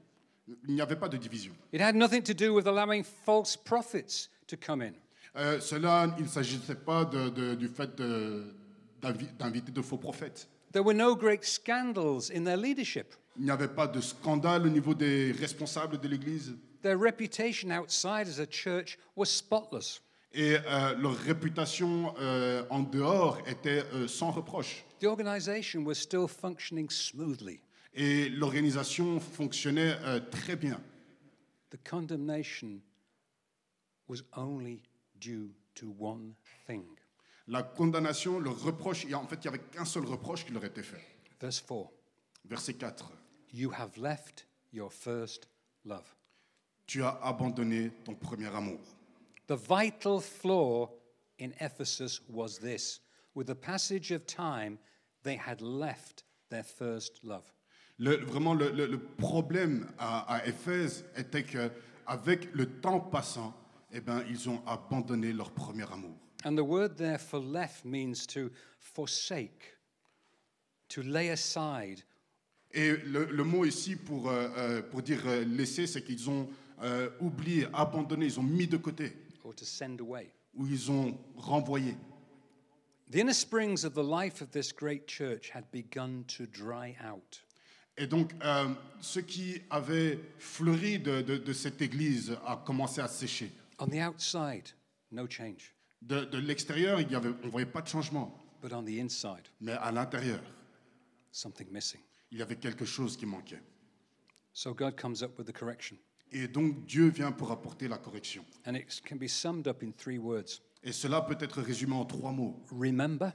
Speaker 1: Il n'y avait pas de division.
Speaker 2: It had nothing to do with allowing false prophets to come in.
Speaker 1: Euh, cela, il ne s'agissait pas de- de- du fait de- d'invi- d'inviter de faux prophètes.
Speaker 2: There were no great scandals in their leadership.
Speaker 1: Il n'y avait pas de scandale au niveau des responsables de l'Église.
Speaker 2: Their reputation outside as a church was spotless.
Speaker 1: Et euh, leur réputation euh, en dehors était euh, sans reproche.
Speaker 2: The organization was still functioning smoothly.
Speaker 1: Et l'organisation fonctionnait euh, très bien.
Speaker 2: The condemnation was only due to one thing.
Speaker 1: La condamnation, le reproche, il y a- en fait, il n'y avait qu'un seul reproche qui leur était fait.
Speaker 2: Verse 4
Speaker 1: Verset 4.
Speaker 2: You have left your first love.
Speaker 1: Tu as abandonné ton premier amour.
Speaker 2: The vital flaw in Ephesus was this with the passage of time, they had left their first love.
Speaker 1: Le- vraiment, le, le- le problème à, à Éphèse était que, avec le temps passant, eh ben, ils ont abandonné leur premier amour.
Speaker 2: And the word there for left means to forsake, to lay aside,
Speaker 1: Et le, le mot ici pour, euh, euh, pour dire euh, laisser, c'est qu'ils ont euh, oublié, abandonné, ils ont mis de côté,
Speaker 2: or to send away.
Speaker 1: ou ils ont renvoyé.
Speaker 2: The inner springs of the life of this great church had begun to dry out.
Speaker 1: Et donc, euh, ce qui avait fleuri de, de- de cette église a commencé à sécher.
Speaker 2: On the outside, no change,
Speaker 1: De, de l'extérieur, il y avait, on ne voyait pas de changement,
Speaker 2: but on the inside,
Speaker 1: mais à l'intérieur,
Speaker 2: something missing.
Speaker 1: il y avait quelque chose qui manquait.
Speaker 2: So God comes up with the correction.
Speaker 1: Et donc, Dieu vient pour apporter la correction.
Speaker 2: And it can be summed up in three words
Speaker 1: Et cela peut être résumé en trois mots.
Speaker 2: remember,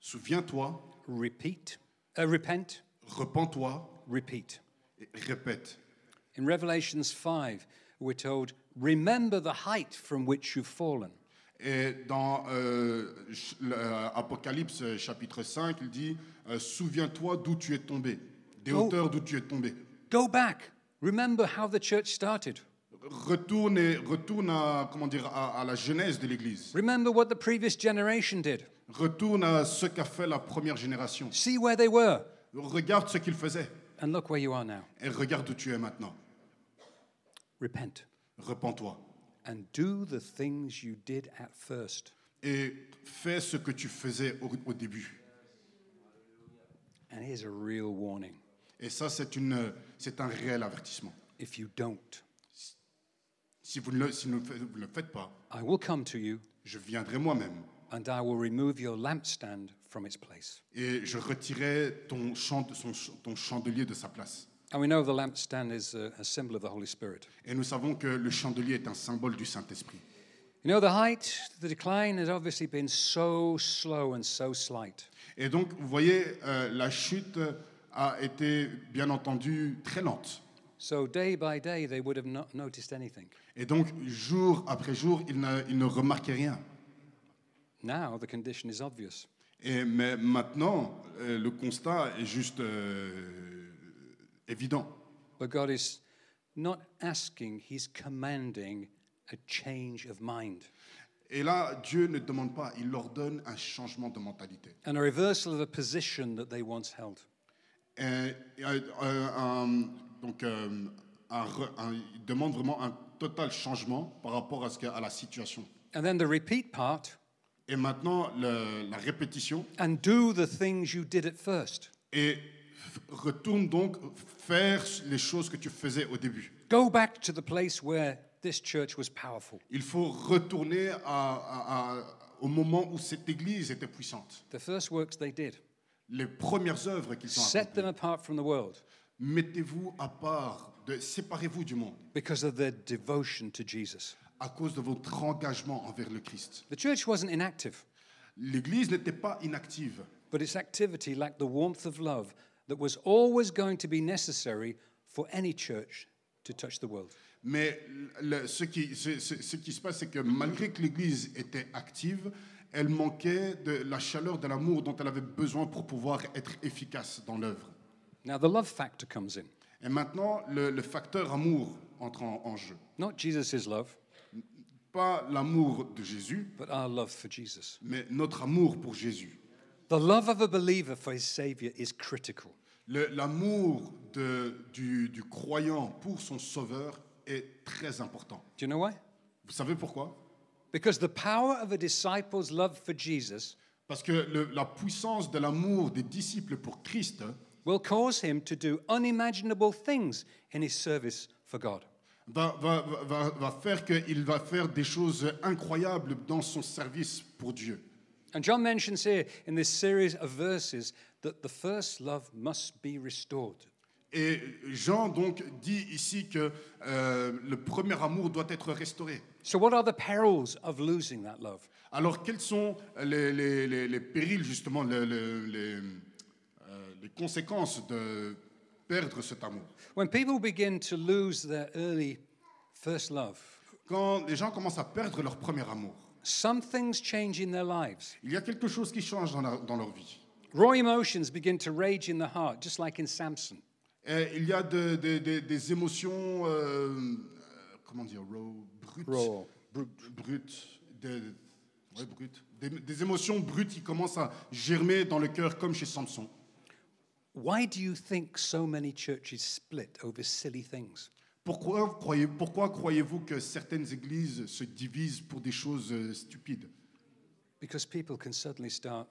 Speaker 1: Souviens-toi,
Speaker 2: repeat, uh, repent,
Speaker 1: repens-toi,
Speaker 2: repeat.
Speaker 1: et répète.
Speaker 2: In Revelations 5, we're told, remember the height from which you've fallen.
Speaker 1: Et dans euh, ch- le- euh, Apocalypse euh, chapitre 5, il dit euh, Souviens-toi d'où tu es tombé, des
Speaker 2: Oh.
Speaker 1: hauteurs d'où tu es tombé.
Speaker 2: Go back. Remember how the church started.
Speaker 1: Retourne, et- retourne à, comment dire, à, à la genèse de l'Église.
Speaker 2: Remember what the previous generation did.
Speaker 1: Retourne à ce qu'a fait la première génération.
Speaker 2: See where they were.
Speaker 1: Regarde ce qu'il faisait
Speaker 2: And look where you are now.
Speaker 1: et regarde où tu es maintenant.
Speaker 2: Repent
Speaker 1: Repends-toi
Speaker 2: and do the things you did at first.
Speaker 1: et fais ce que tu faisais au, au début.
Speaker 2: And here's a real warning
Speaker 1: Et ça, c'est une, euh, c'est un réel avertissement.
Speaker 2: if you don't,
Speaker 1: Si vous ne le, si vous ne le faites- vous ne le faites pas,
Speaker 2: I will come to you
Speaker 1: je viendrai moi-même
Speaker 2: and I will remove your lampstand from its place.
Speaker 1: et je retirais ton, chan- son ch- ton chandelier de sa place.
Speaker 2: And we know the lampstand is a, a symbol of the Holy Spirit.
Speaker 1: Et nous savons que le chandelier est un symbole du Saint-Esprit.
Speaker 2: You know, the height, the decline has obviously been so slow and so slight.
Speaker 1: Et donc, vous voyez, euh, la chute a été bien entendu très lente.
Speaker 2: So day by day, they would have not noticed anything.
Speaker 1: Et donc, jour après jour, ils ne, ils ne remarquaient rien.
Speaker 2: Now the condition is obvious.
Speaker 1: Et, mais maintenant, euh, le constat est juste euh, évident.
Speaker 2: But God is not asking, He's commanding a change of mind.
Speaker 1: Et là, Dieu ne demande pas, il leur donne un changement de mentalité.
Speaker 2: and a reversal of a position that they once held.
Speaker 1: Et, et, euh, un- donc, euh, un re- un- il demande vraiment un total changement par rapport à, ce que- à la situation.
Speaker 2: And then the repeat part
Speaker 1: Et maintenant, le- la répétition,
Speaker 2: and do the things you did at first.
Speaker 1: et retourne donc faire les choses que tu faisais au début.
Speaker 2: Go back to the place where this church was powerful.
Speaker 1: Il faut retourner à- à- à- au moment où cette église était puissante.
Speaker 2: The first works they did
Speaker 1: Les premières œuvres qu'ils ont
Speaker 2: set them
Speaker 1: accomplies.
Speaker 2: apart from the world
Speaker 1: Mettez-vous à part, de- séparez-vous du monde
Speaker 2: because of their devotion to Jesus.
Speaker 1: à cause de votre engagement envers le Christ.
Speaker 2: The church wasn't inactive,
Speaker 1: L'église n'était pas inactive,
Speaker 2: but its activity lacked the warmth of love that was always going to be necessary for any church to touch the world.
Speaker 1: mais le- ce, qui, ce- ce- ce qui se passe, c'est que malgré que l'église était active, elle manquait de la chaleur, de l'amour dont elle avait besoin pour pouvoir être efficace dans l'œuvre.
Speaker 2: Now, the love factor comes in.
Speaker 1: Et maintenant, le, le facteur amour entre en, en jeu.
Speaker 2: Not Jesus' love,
Speaker 1: Pas l'amour de Jésus,
Speaker 2: but our love for Jesus.
Speaker 1: mais notre amour pour Jésus.
Speaker 2: The love of a believer for his Savior is critical.
Speaker 1: Le- L'amour de- du, du croyant pour son Sauveur est très important.
Speaker 2: Do you know why?
Speaker 1: Vous savez pourquoi
Speaker 2: Because the power of a disciple's love for Jesus
Speaker 1: Parce que le- la puissance de l'amour des disciples pour Christ
Speaker 2: will cause him to do unimaginable things in his service for God.
Speaker 1: va, va- va- va faire qu'il va faire des choses incroyables dans son service pour Dieu.
Speaker 2: And John mentions here in this series of verses that the first love must be restored.
Speaker 1: Et Jean donc dit ici que euh, le premier amour doit être restauré.
Speaker 2: So, what are the perils of losing that love?
Speaker 1: Alors, quels sont les, les- les- les périls, justement, le- le- les, euh, les conséquences de perdre cet amour
Speaker 2: When people begin to lose their early first love,
Speaker 1: Quand les gens commencent à perdre leur premier amour,
Speaker 2: some things change in their lives.
Speaker 1: il y a quelque chose qui change dans, la- dans leur vie.
Speaker 2: Raw emotions begin to rage in the heart, just like in Samson.
Speaker 1: Et il y a de- de- de- des émotions, euh, euh, comment dire, raw, brutes.
Speaker 2: Raw,
Speaker 1: Brutes, des- ouais, brutes. Des, des émotions brutes qui commencent à germer dans le cœur, comme chez Samson.
Speaker 2: Why do you think so many churches split over silly things?
Speaker 1: Pourquoi croyez- pourquoi croyez-vous que certaines églises se divisent pour des choses euh, stupides
Speaker 2: Because people can suddenly start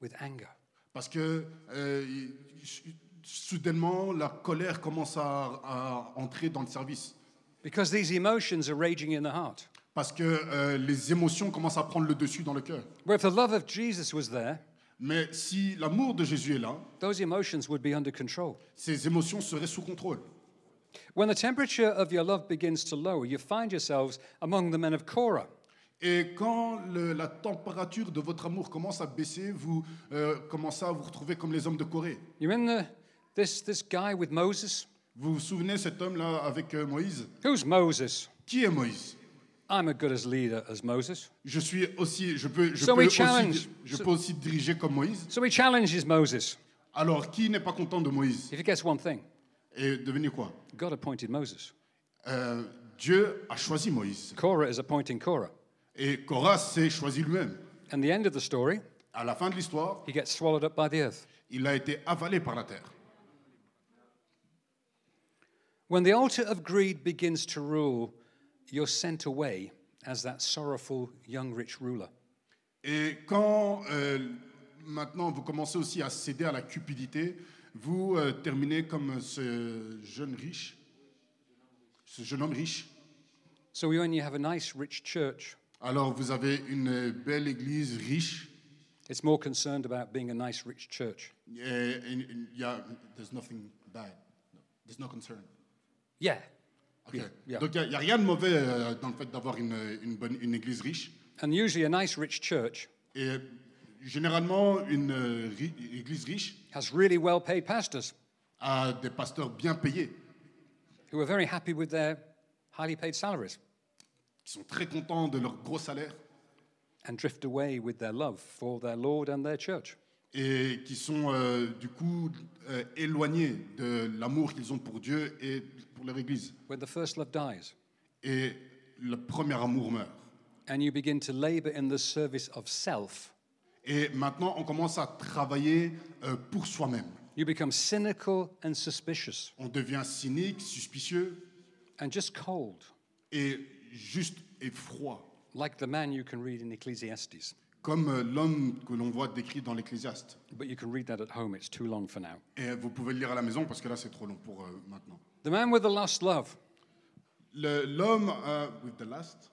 Speaker 2: with anger.
Speaker 1: Parce que euh, y- s- soudainement, la colère commence à, à entrer dans le service.
Speaker 2: Because these emotions are raging in the heart.
Speaker 1: Parce que euh, les émotions commencent à prendre le dessus dans le cœur.
Speaker 2: Where if the love of Jesus was there,
Speaker 1: Mais si l'amour de Jésus est là,
Speaker 2: those emotions would be under control.
Speaker 1: ces émotions seraient sous contrôle.
Speaker 2: When the temperature of your love begins to lower, you find yourselves among the men of Korah.
Speaker 1: Et quand le- la température de votre amour commence à baisser, vous euh, commencez à vous retrouver comme les hommes de Corée.
Speaker 2: You're in the, this, this guy with Moses.
Speaker 1: Vous vous souvenez cet homme-là avec euh, Moïse
Speaker 2: Who's Moses?
Speaker 1: Qui est Moïse
Speaker 2: I'm as good as leader as Moses.
Speaker 1: Je suis aussi, je peux, je
Speaker 2: So
Speaker 1: peux
Speaker 2: we
Speaker 1: aussi,
Speaker 2: challenge-
Speaker 1: je peux aussi diriger comme Moïse.
Speaker 2: So he challenges Moses.
Speaker 1: Alors, qui n'est pas content de Moïse
Speaker 2: He forgets one thing
Speaker 1: Et devenir quoi
Speaker 2: God appointed Moses.
Speaker 1: Euh, Dieu a choisi Moïse.
Speaker 2: Korah is appointing Korah.
Speaker 1: Et Korah s'est choisi lui-même.
Speaker 2: And the end of the story,
Speaker 1: À la fin de l'histoire,
Speaker 2: he gets swallowed up by the earth.
Speaker 1: il a été avalé par la terre.
Speaker 2: When the altar of greed begins to rule, you're sent away as that sorrowful young rich ruler.
Speaker 1: Et quand euh, maintenant vous commencez aussi à céder à la cupidité, vous euh, terminez comme ce jeune riche, ce jeune homme riche.
Speaker 2: So when you have a nice rich church,
Speaker 1: Alors vous avez une belle église riche.
Speaker 2: it's more concerned about being a nice rich church.
Speaker 1: Et, et- et- yeah, there's nothing bad. There's no concern.
Speaker 2: Yeah.
Speaker 1: Ok.
Speaker 2: yeah.
Speaker 1: Donc il n'y a, rien de mauvais euh, dans le fait d'avoir une, une bonne, une église riche.
Speaker 2: And usually a nice rich church
Speaker 1: Et généralement, une euh, ri- église riche
Speaker 2: has really well paid pastors.
Speaker 1: à des pasteurs bien payés,
Speaker 2: who are very happy with their highly paid salaries
Speaker 1: qui sont très contents de leur gros salaire
Speaker 2: and drift away with their love for their Lord and their church.
Speaker 1: et qui sont euh, du coup euh, éloignés de l'amour qu'ils ont pour Dieu et pour leur Église.
Speaker 2: When the first love dies
Speaker 1: Et le premier amour meurt.
Speaker 2: and you begin to labor in the service of self,
Speaker 1: Et maintenant, on commence à travailler euh, pour soi-même.
Speaker 2: you become cynical and suspicious
Speaker 1: On devient cynique, suspicieux
Speaker 2: and just cold,
Speaker 1: et juste et froid,
Speaker 2: like the man you can read in Ecclesiastes.
Speaker 1: comme euh, l'homme que l'on voit décrit dans l'Ecclésiaste.
Speaker 2: But you can read that at home, it's too long for now.
Speaker 1: Et vous pouvez le lire à la maison parce que là, c'est trop long pour euh, maintenant.
Speaker 2: The man with the last love,
Speaker 1: Le- L'homme euh, with the last,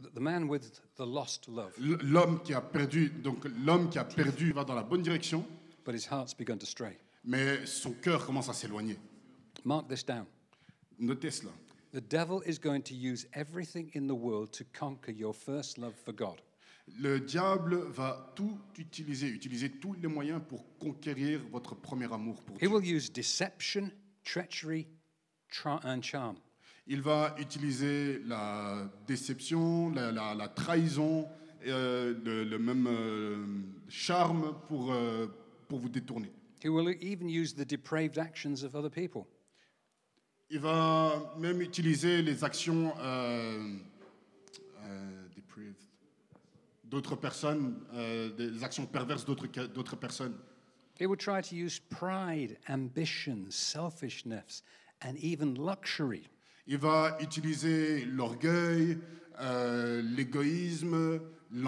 Speaker 2: th- the man with the lost love,
Speaker 1: l- l'homme qui a perdu, donc l'homme qui a perdu va dans la bonne direction,
Speaker 2: but his heart's begun to stray.
Speaker 1: mais son cœur commence à s'éloigner.
Speaker 2: Mark this down.
Speaker 1: Notez cela.
Speaker 2: The devil is going to use everything in the world to conquer your first love for God.
Speaker 1: Le diable va tout utiliser, utiliser tous les moyens pour conquérir votre premier amour pour
Speaker 2: He
Speaker 1: Dieu.
Speaker 2: will use deception, treachery, tra- and charm.
Speaker 1: Il va utiliser la déception, la, la- la trahison, et, euh, le, le même euh, charme pour, euh, pour vous détourner.
Speaker 2: He will even use the depraved actions of other people.
Speaker 1: Il va même utiliser les actions euh, euh, depraved. d'autres personnes, euh, des actions perverses d'autres d'autres personnes.
Speaker 2: He will try to use pride, ambition, selfishness, and even luxury
Speaker 1: Il va utiliser l'orgueil, euh, l'égoïsme,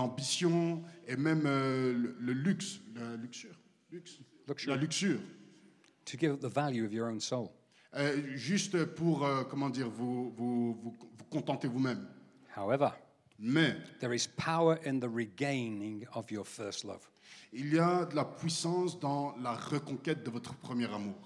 Speaker 1: l'ambition et même euh, le, le luxe, la luxure, luxe,
Speaker 2: Luxury.
Speaker 1: la luxure,
Speaker 2: to give up the value of your own soul.
Speaker 1: Euh, juste pour euh, comment dire vous vous, vous, vous contenter vous-même.
Speaker 2: However,
Speaker 1: Mais
Speaker 2: there is power in the regaining of your first love.
Speaker 1: il y a de la puissance dans la reconquête de votre premier amour.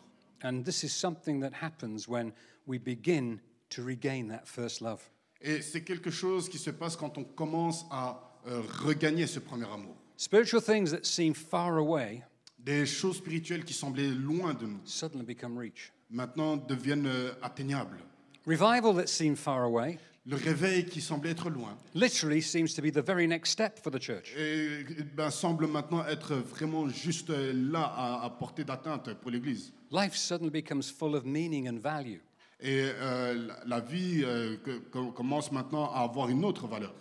Speaker 2: And this is something that happens when we begin to regain that first love.
Speaker 1: Et c'est quelque chose qui se passe quand on commence à euh, regagner ce premier amour.
Speaker 2: Spiritual things that seem far away
Speaker 1: Des choses spirituelles qui semblaient loin de nous,
Speaker 2: suddenly become reach.
Speaker 1: maintenant deviennent euh, atteignables.
Speaker 2: Revival that seemed far away
Speaker 1: Le réveil qui semblait être loin
Speaker 2: literally seems to be the very next step for the church.
Speaker 1: et, eh ben, semble maintenant être vraiment juste euh, là à, à portée d'atteinte pour l'Église.
Speaker 2: Life suddenly becomes full of meaning and value.
Speaker 1: Et euh, la- la vie euh, que- que- commence maintenant à avoir une autre valeur.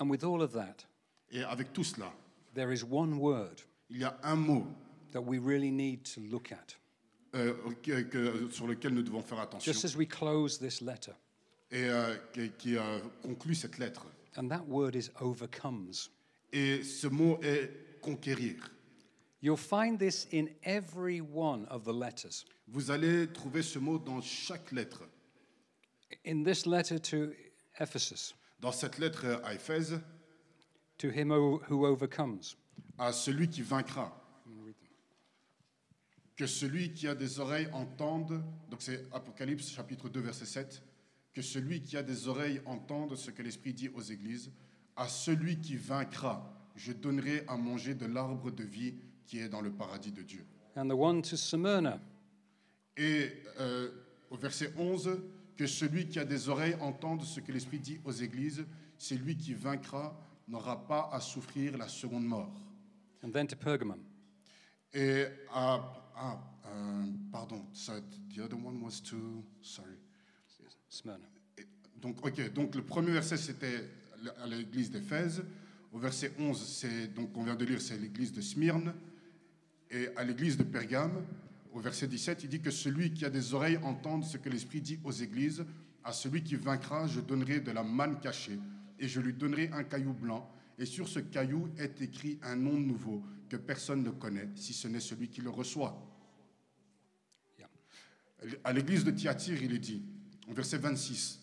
Speaker 2: And with all of that,
Speaker 1: Et avec tout cela,
Speaker 2: there is one word
Speaker 1: il y a un mot
Speaker 2: that we really need to look at.
Speaker 1: euh, que- que- sur lequel nous devons faire attention
Speaker 2: Just as we close this letter,
Speaker 1: et euh, qui, qui, euh, conclut cette lettre.
Speaker 2: and that word is overcomes.
Speaker 1: Et ce mot est conquérir.
Speaker 2: You'll find this in every one of the letters.
Speaker 1: Vous allez trouver ce mot dans chaque lettre.
Speaker 2: In this letter to Ephesus,
Speaker 1: Dans cette lettre à Éphèse,
Speaker 2: to him o- who overcomes,
Speaker 1: à celui qui vaincra. Que celui qui a des oreilles entende, donc c'est Apocalypse chapitre 2 verset 7, que celui qui a des oreilles entende ce que l'Esprit dit aux églises, à celui qui vaincra, je donnerai à manger de l'arbre de vie qui est dans le paradis de Dieu.
Speaker 2: and the one to Smyrna,
Speaker 1: Et euh, au verset 11, que celui qui a des oreilles entende ce que l'Esprit dit aux églises, celui qui vaincra n'aura pas à souffrir la seconde mort.
Speaker 2: and then to Pergamum.
Speaker 1: Et ah, ah, euh, pardon, ça, the other one was to, sorry.
Speaker 2: Smyrna.
Speaker 1: Et donc, ok, donc le premier verset c'était à l'église d'Éphèse. Au verset 11, c'est donc on vient de lire, c'est l'église de Smyrne. Et à l'église de Pergame, au verset 17, il dit que celui qui a des oreilles entende ce que l'Esprit dit aux églises. À celui qui vaincra, je donnerai de la manne cachée, et je lui donnerai un caillou blanc. Et sur ce caillou est écrit un nom nouveau que personne ne connaît, si ce n'est celui qui le reçoit. À l'église de Thyatire, il est dit, au verset 26,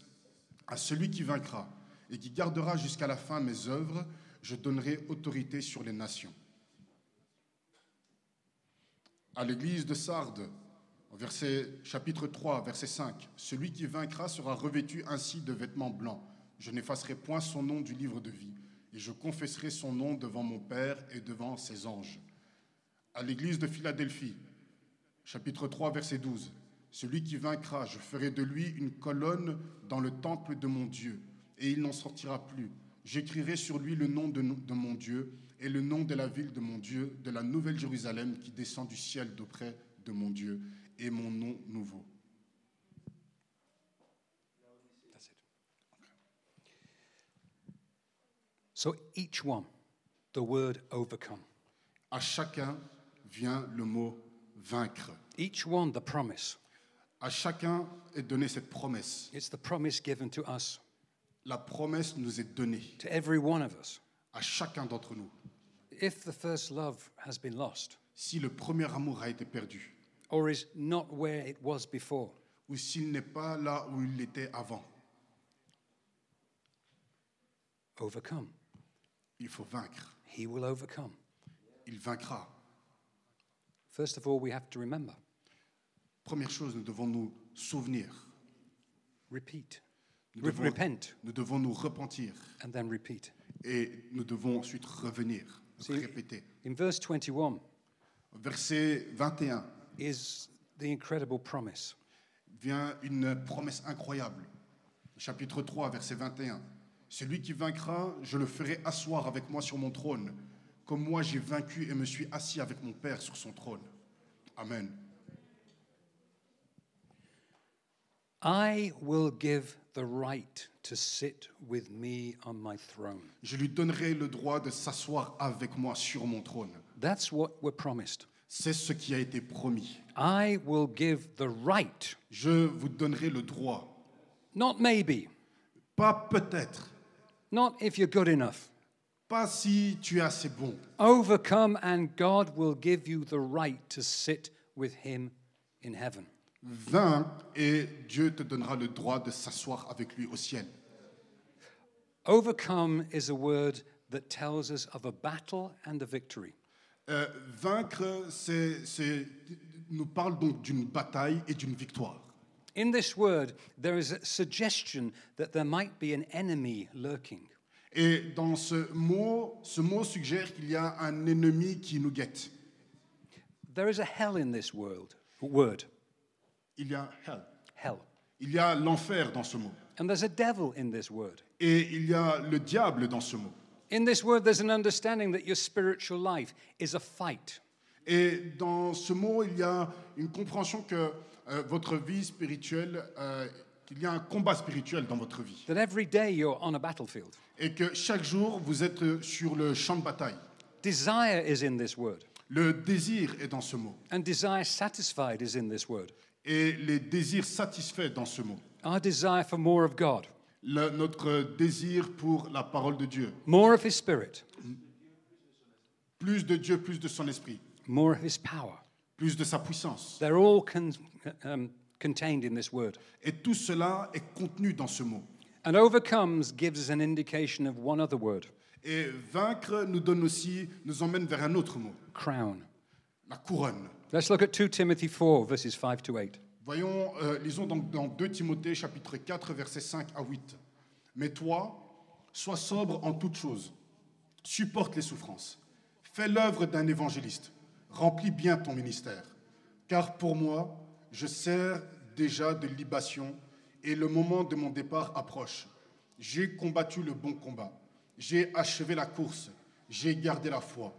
Speaker 1: À celui qui vaincra et qui gardera jusqu'à la fin mes œuvres, je donnerai autorité sur les nations. À l'église de Sardes, au verset, chapitre 3, verset 5, Celui qui vaincra sera revêtu ainsi de vêtements blancs. Je n'effacerai point son nom du livre de vie, et je confesserai son nom devant mon Père et devant ses anges. À l'église de Philadelphie, Chapitre 3, verset 12. Celui qui vaincra, je ferai de lui une colonne dans le temple de mon Dieu, et il n'en sortira plus. J'écrirai sur lui le nom de, de mon Dieu et le nom de la ville de mon Dieu, de la nouvelle Jérusalem qui descend du ciel d'auprès de mon Dieu, et mon nom nouveau.
Speaker 2: That's it. So each one, the word overcome.
Speaker 1: À chacun vient le mot vaincre.
Speaker 2: Each one, the promise.
Speaker 1: À chacun est donnée cette promesse.
Speaker 2: It's the promise given to us,
Speaker 1: La promesse nous est donnée
Speaker 2: to every one of us.
Speaker 1: à chacun d'entre nous.
Speaker 2: If the first love has been lost,
Speaker 1: Si le premier amour a été perdu,
Speaker 2: or is not where it was before,
Speaker 1: ou s'il n'est pas là où il était avant,
Speaker 2: overcome.
Speaker 1: il faut vaincre.
Speaker 2: He will overcome.
Speaker 1: Il vaincra.
Speaker 2: First of all, we have to remember,
Speaker 1: Première chose, nous devons nous souvenir.
Speaker 2: repeat,
Speaker 1: Nous
Speaker 2: Re-
Speaker 1: devons,
Speaker 2: repent,
Speaker 1: nous devons nous repentir
Speaker 2: and then repeat.
Speaker 1: et nous devons ensuite revenir,
Speaker 2: C'est-
Speaker 1: répéter.
Speaker 2: In verse 21
Speaker 1: Verset 21
Speaker 2: is the incredible promise.
Speaker 1: vient une promesse incroyable. Chapitre 3, verset 21. Celui qui vaincra, je le ferai asseoir avec moi sur mon trône, comme moi j'ai vaincu et me suis assis avec mon Père sur son trône. Amen.
Speaker 2: I will give the right to sit with me on my throne.
Speaker 1: Je lui donnerai le droit de s'asseoir avec moi sur mon trône.
Speaker 2: That's what we're promised.
Speaker 1: C'est ce qui a été promis.
Speaker 2: I will give the right,
Speaker 1: Je vous donnerai le droit.
Speaker 2: not maybe,
Speaker 1: Pas peut-être,
Speaker 2: not if you're good enough.
Speaker 1: pas si tu es assez bon.
Speaker 2: Overcome, and God will give you the right to sit with Him in heaven.
Speaker 1: Vain et Dieu te donnera le droit de s'asseoir avec lui au ciel.
Speaker 2: Overcome is a word that tells us of a battle and a victory.
Speaker 1: Euh, vaincre, c'est, c'est- nous parle donc d'une bataille et d'une victoire.
Speaker 2: In this word, there is a suggestion that there might be an enemy lurking.
Speaker 1: Et dans ce mot, ce mot suggère qu'il y a un ennemi qui nous guette.
Speaker 2: There is a hell in this world, word,
Speaker 1: Il y a hell.
Speaker 2: hell.
Speaker 1: Il y a l'enfer dans ce mot.
Speaker 2: And there's a devil in this word.
Speaker 1: Et il y a le diable dans ce mot.
Speaker 2: In this word, there's an understanding that your spiritual life is a fight.
Speaker 1: Et dans ce mot, il y a une compréhension que euh, votre vie spirituelle, euh, qu'il y a un combat spirituel dans votre vie.
Speaker 2: That every day you're on a battlefield.
Speaker 1: Et que chaque jour, vous êtes sur le champ de bataille.
Speaker 2: Desire is in this word,
Speaker 1: Le désir est dans ce mot.
Speaker 2: and desire satisfied is in this word.
Speaker 1: Et les désirs satisfaits dans ce mot.
Speaker 2: Our desire for more of God,
Speaker 1: Le- notre désir pour la parole de Dieu.
Speaker 2: more of His Spirit,
Speaker 1: Plus de Dieu, plus de son esprit.
Speaker 2: more of His power.
Speaker 1: Plus de sa puissance.
Speaker 2: They're all con- um, contained in this word.
Speaker 1: Et tout cela est contenu dans ce mot.
Speaker 2: And overcomes gives us an indication of one other word
Speaker 1: Et vaincre nous donne aussi, nous emmène vers un autre mot.
Speaker 2: crown.
Speaker 1: La couronne.
Speaker 2: Let's look at 2 Timothy 4, verses 5 to 8.
Speaker 1: Voyons, euh, lisons donc dans 2 Timothée chapitre 4 versets 5 à 8. Mais toi, sois sobre en toutes choses, supporte les souffrances, fais l'œuvre d'un évangéliste, remplis bien ton ministère. Car pour moi, je sers déjà de libation et le moment de mon départ approche. J'ai combattu le bon combat, j'ai achevé la course, j'ai gardé la foi.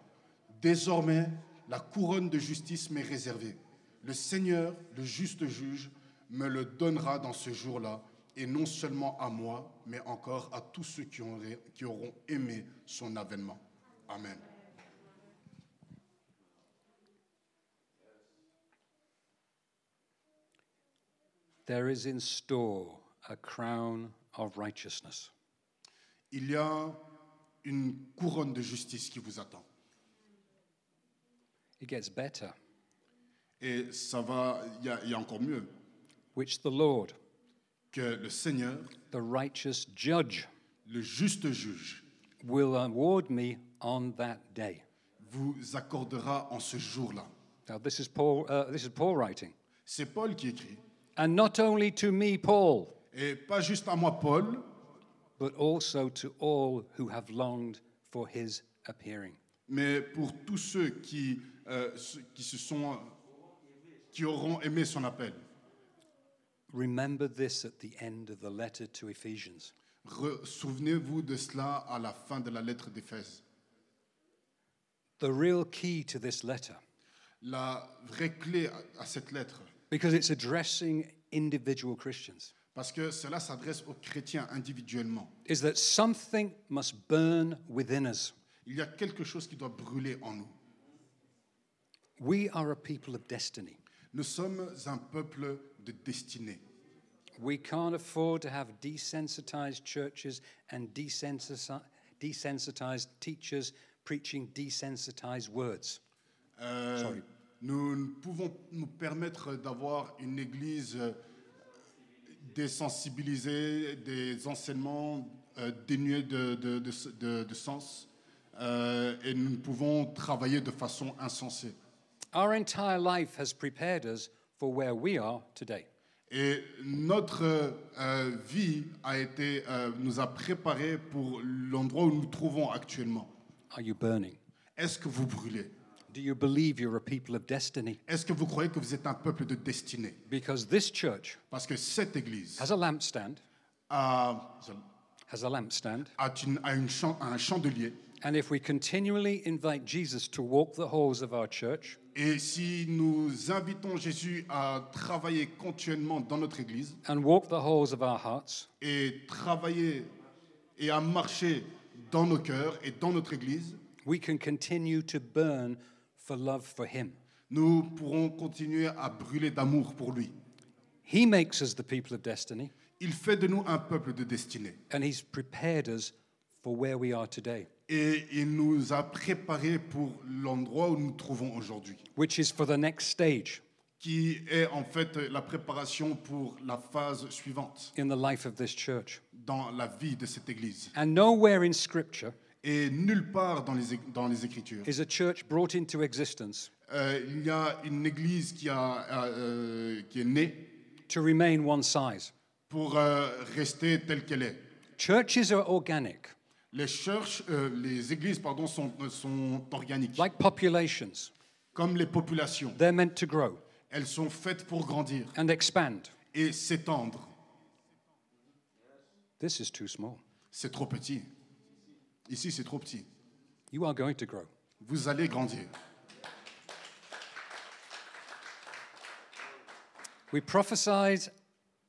Speaker 1: Désormais, la couronne de justice m'est réservée. Le Seigneur, le juste juge, me le donnera dans ce jour-là, et non seulement à moi, mais encore à tous ceux qui, auraient- qui auront aimé son avènement. Amen.
Speaker 2: There is in store a crown of righteousness.
Speaker 1: Il y a une couronne de justice qui vous attend.
Speaker 2: It gets better,
Speaker 1: Et ça va, il y, a- il y a encore mieux
Speaker 2: which the Lord,
Speaker 1: que le Seigneur,
Speaker 2: the righteous judge,
Speaker 1: le juste juge,
Speaker 2: will award me on that day.
Speaker 1: vous accordera en ce jour-là.
Speaker 2: Now, this is Paul, uh, this is Paul writing.
Speaker 1: C'est Paul qui écrit.
Speaker 2: And not only to me, Paul,
Speaker 1: Et pas juste à moi, Paul,
Speaker 2: but also to all who have longed for his appearing.
Speaker 1: mais pour tous ceux qui, euh, ceux qui se sont qui auront aimé son appel.
Speaker 2: Remember this at the end of the letter to Ephesians.
Speaker 1: Re- Souvenez-vous de cela à la fin de la lettre d'Éphèse.
Speaker 2: The real key to this letter,
Speaker 1: La vraie clé à- à cette lettre,
Speaker 2: because it's addressing individual Christians,
Speaker 1: parce que cela s'adresse aux chrétiens individuellement.
Speaker 2: is that something must burn within us.
Speaker 1: Il y a quelque chose qui doit brûler en nous.
Speaker 2: We are a people of destiny.
Speaker 1: Nous sommes un peuple de destinée.
Speaker 2: We can't afford to have desensitized churches and desensitized, desensitized teachers preaching desensitized words.
Speaker 1: Euh,
Speaker 2: Sorry.
Speaker 1: nous ne pouvons nous permettre d'avoir une église euh, désensibilisée, des enseignements euh, dénués de, de- de- de- de sens, euh, et nous ne pouvons travailler de façon insensée.
Speaker 2: Our entire life has prepared us for where we are today.
Speaker 1: Et notre euh, euh, vie a été, euh, nous a préparés pour l'endroit où nous nous trouvons actuellement.
Speaker 2: Are you burning?
Speaker 1: Est-ce que vous brûlez
Speaker 2: Do you believe you're a people of destiny?
Speaker 1: Est-ce que vous croyez que vous êtes un peuple de destinée
Speaker 2: Because this church
Speaker 1: Parce que cette église
Speaker 2: has a lampstand,
Speaker 1: a,
Speaker 2: has a lampstand,
Speaker 1: a une- a une chan- a un chandelier.
Speaker 2: and if we continually invite Jesus to walk the halls of our church,
Speaker 1: Et si nous invitons Jésus à travailler continuellement dans notre église
Speaker 2: and walk the halls of our hearts,
Speaker 1: et travailler et à marcher dans nos cœurs et dans notre église,
Speaker 2: we can continue to burn for love for Him.
Speaker 1: nous pourrons continuer à brûler d'amour pour lui.
Speaker 2: He makes us the people of destiny,
Speaker 1: Il fait de nous un peuple de destinée
Speaker 2: and He's prepared us for where we are today,
Speaker 1: et il nous a préparés pour l'endroit où nous nous trouvons aujourd'hui,
Speaker 2: which is for the next stage
Speaker 1: qui est en fait la préparation pour la phase suivante
Speaker 2: in the life of this church.
Speaker 1: dans la vie de cette église.
Speaker 2: And nowhere in Scripture
Speaker 1: Et nulle part dans les, é- dans les Écritures,
Speaker 2: is a church brought into existence
Speaker 1: euh, il y a une église qui, a, euh, qui est née
Speaker 2: to remain one size.
Speaker 1: pour euh, rester telle qu'elle est.
Speaker 2: Churches are organic,
Speaker 1: Les, churches, euh, les églises pardon, sont, euh, sont organiques.
Speaker 2: like populations,
Speaker 1: Comme les populations,
Speaker 2: they're meant to grow
Speaker 1: elles sont faites pour grandir
Speaker 2: and expand.
Speaker 1: et s'étendre.
Speaker 2: This is too small.
Speaker 1: C'est trop petit. Ici, c'est trop petit.
Speaker 2: You are going to grow.
Speaker 1: Vous allez grandir.
Speaker 2: We prophesied,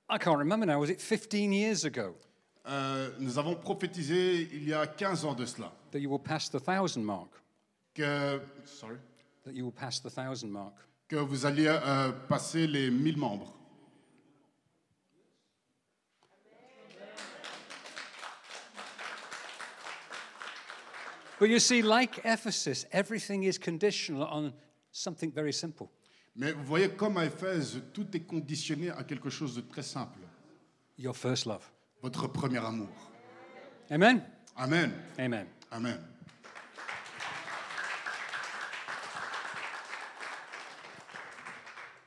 Speaker 2: I can't remember now, was it 15 years ago,
Speaker 1: Euh, nous avons prophétisé il y a 15 ans de cela
Speaker 2: that you will pass the thousand mark?
Speaker 1: que, sorry,
Speaker 2: That you will pass the thousand mark.
Speaker 1: que vous alliez euh, passer les 1000 membres.
Speaker 2: But you see, like Ephesus, everything is conditional on something very simple.
Speaker 1: Mais vous voyez, comme à Éphèse, tout est conditionné à quelque chose de très simple.
Speaker 2: Your first love.
Speaker 1: Votre premier amour.
Speaker 2: Amen?
Speaker 1: Amen.
Speaker 2: Amen.
Speaker 1: Amen.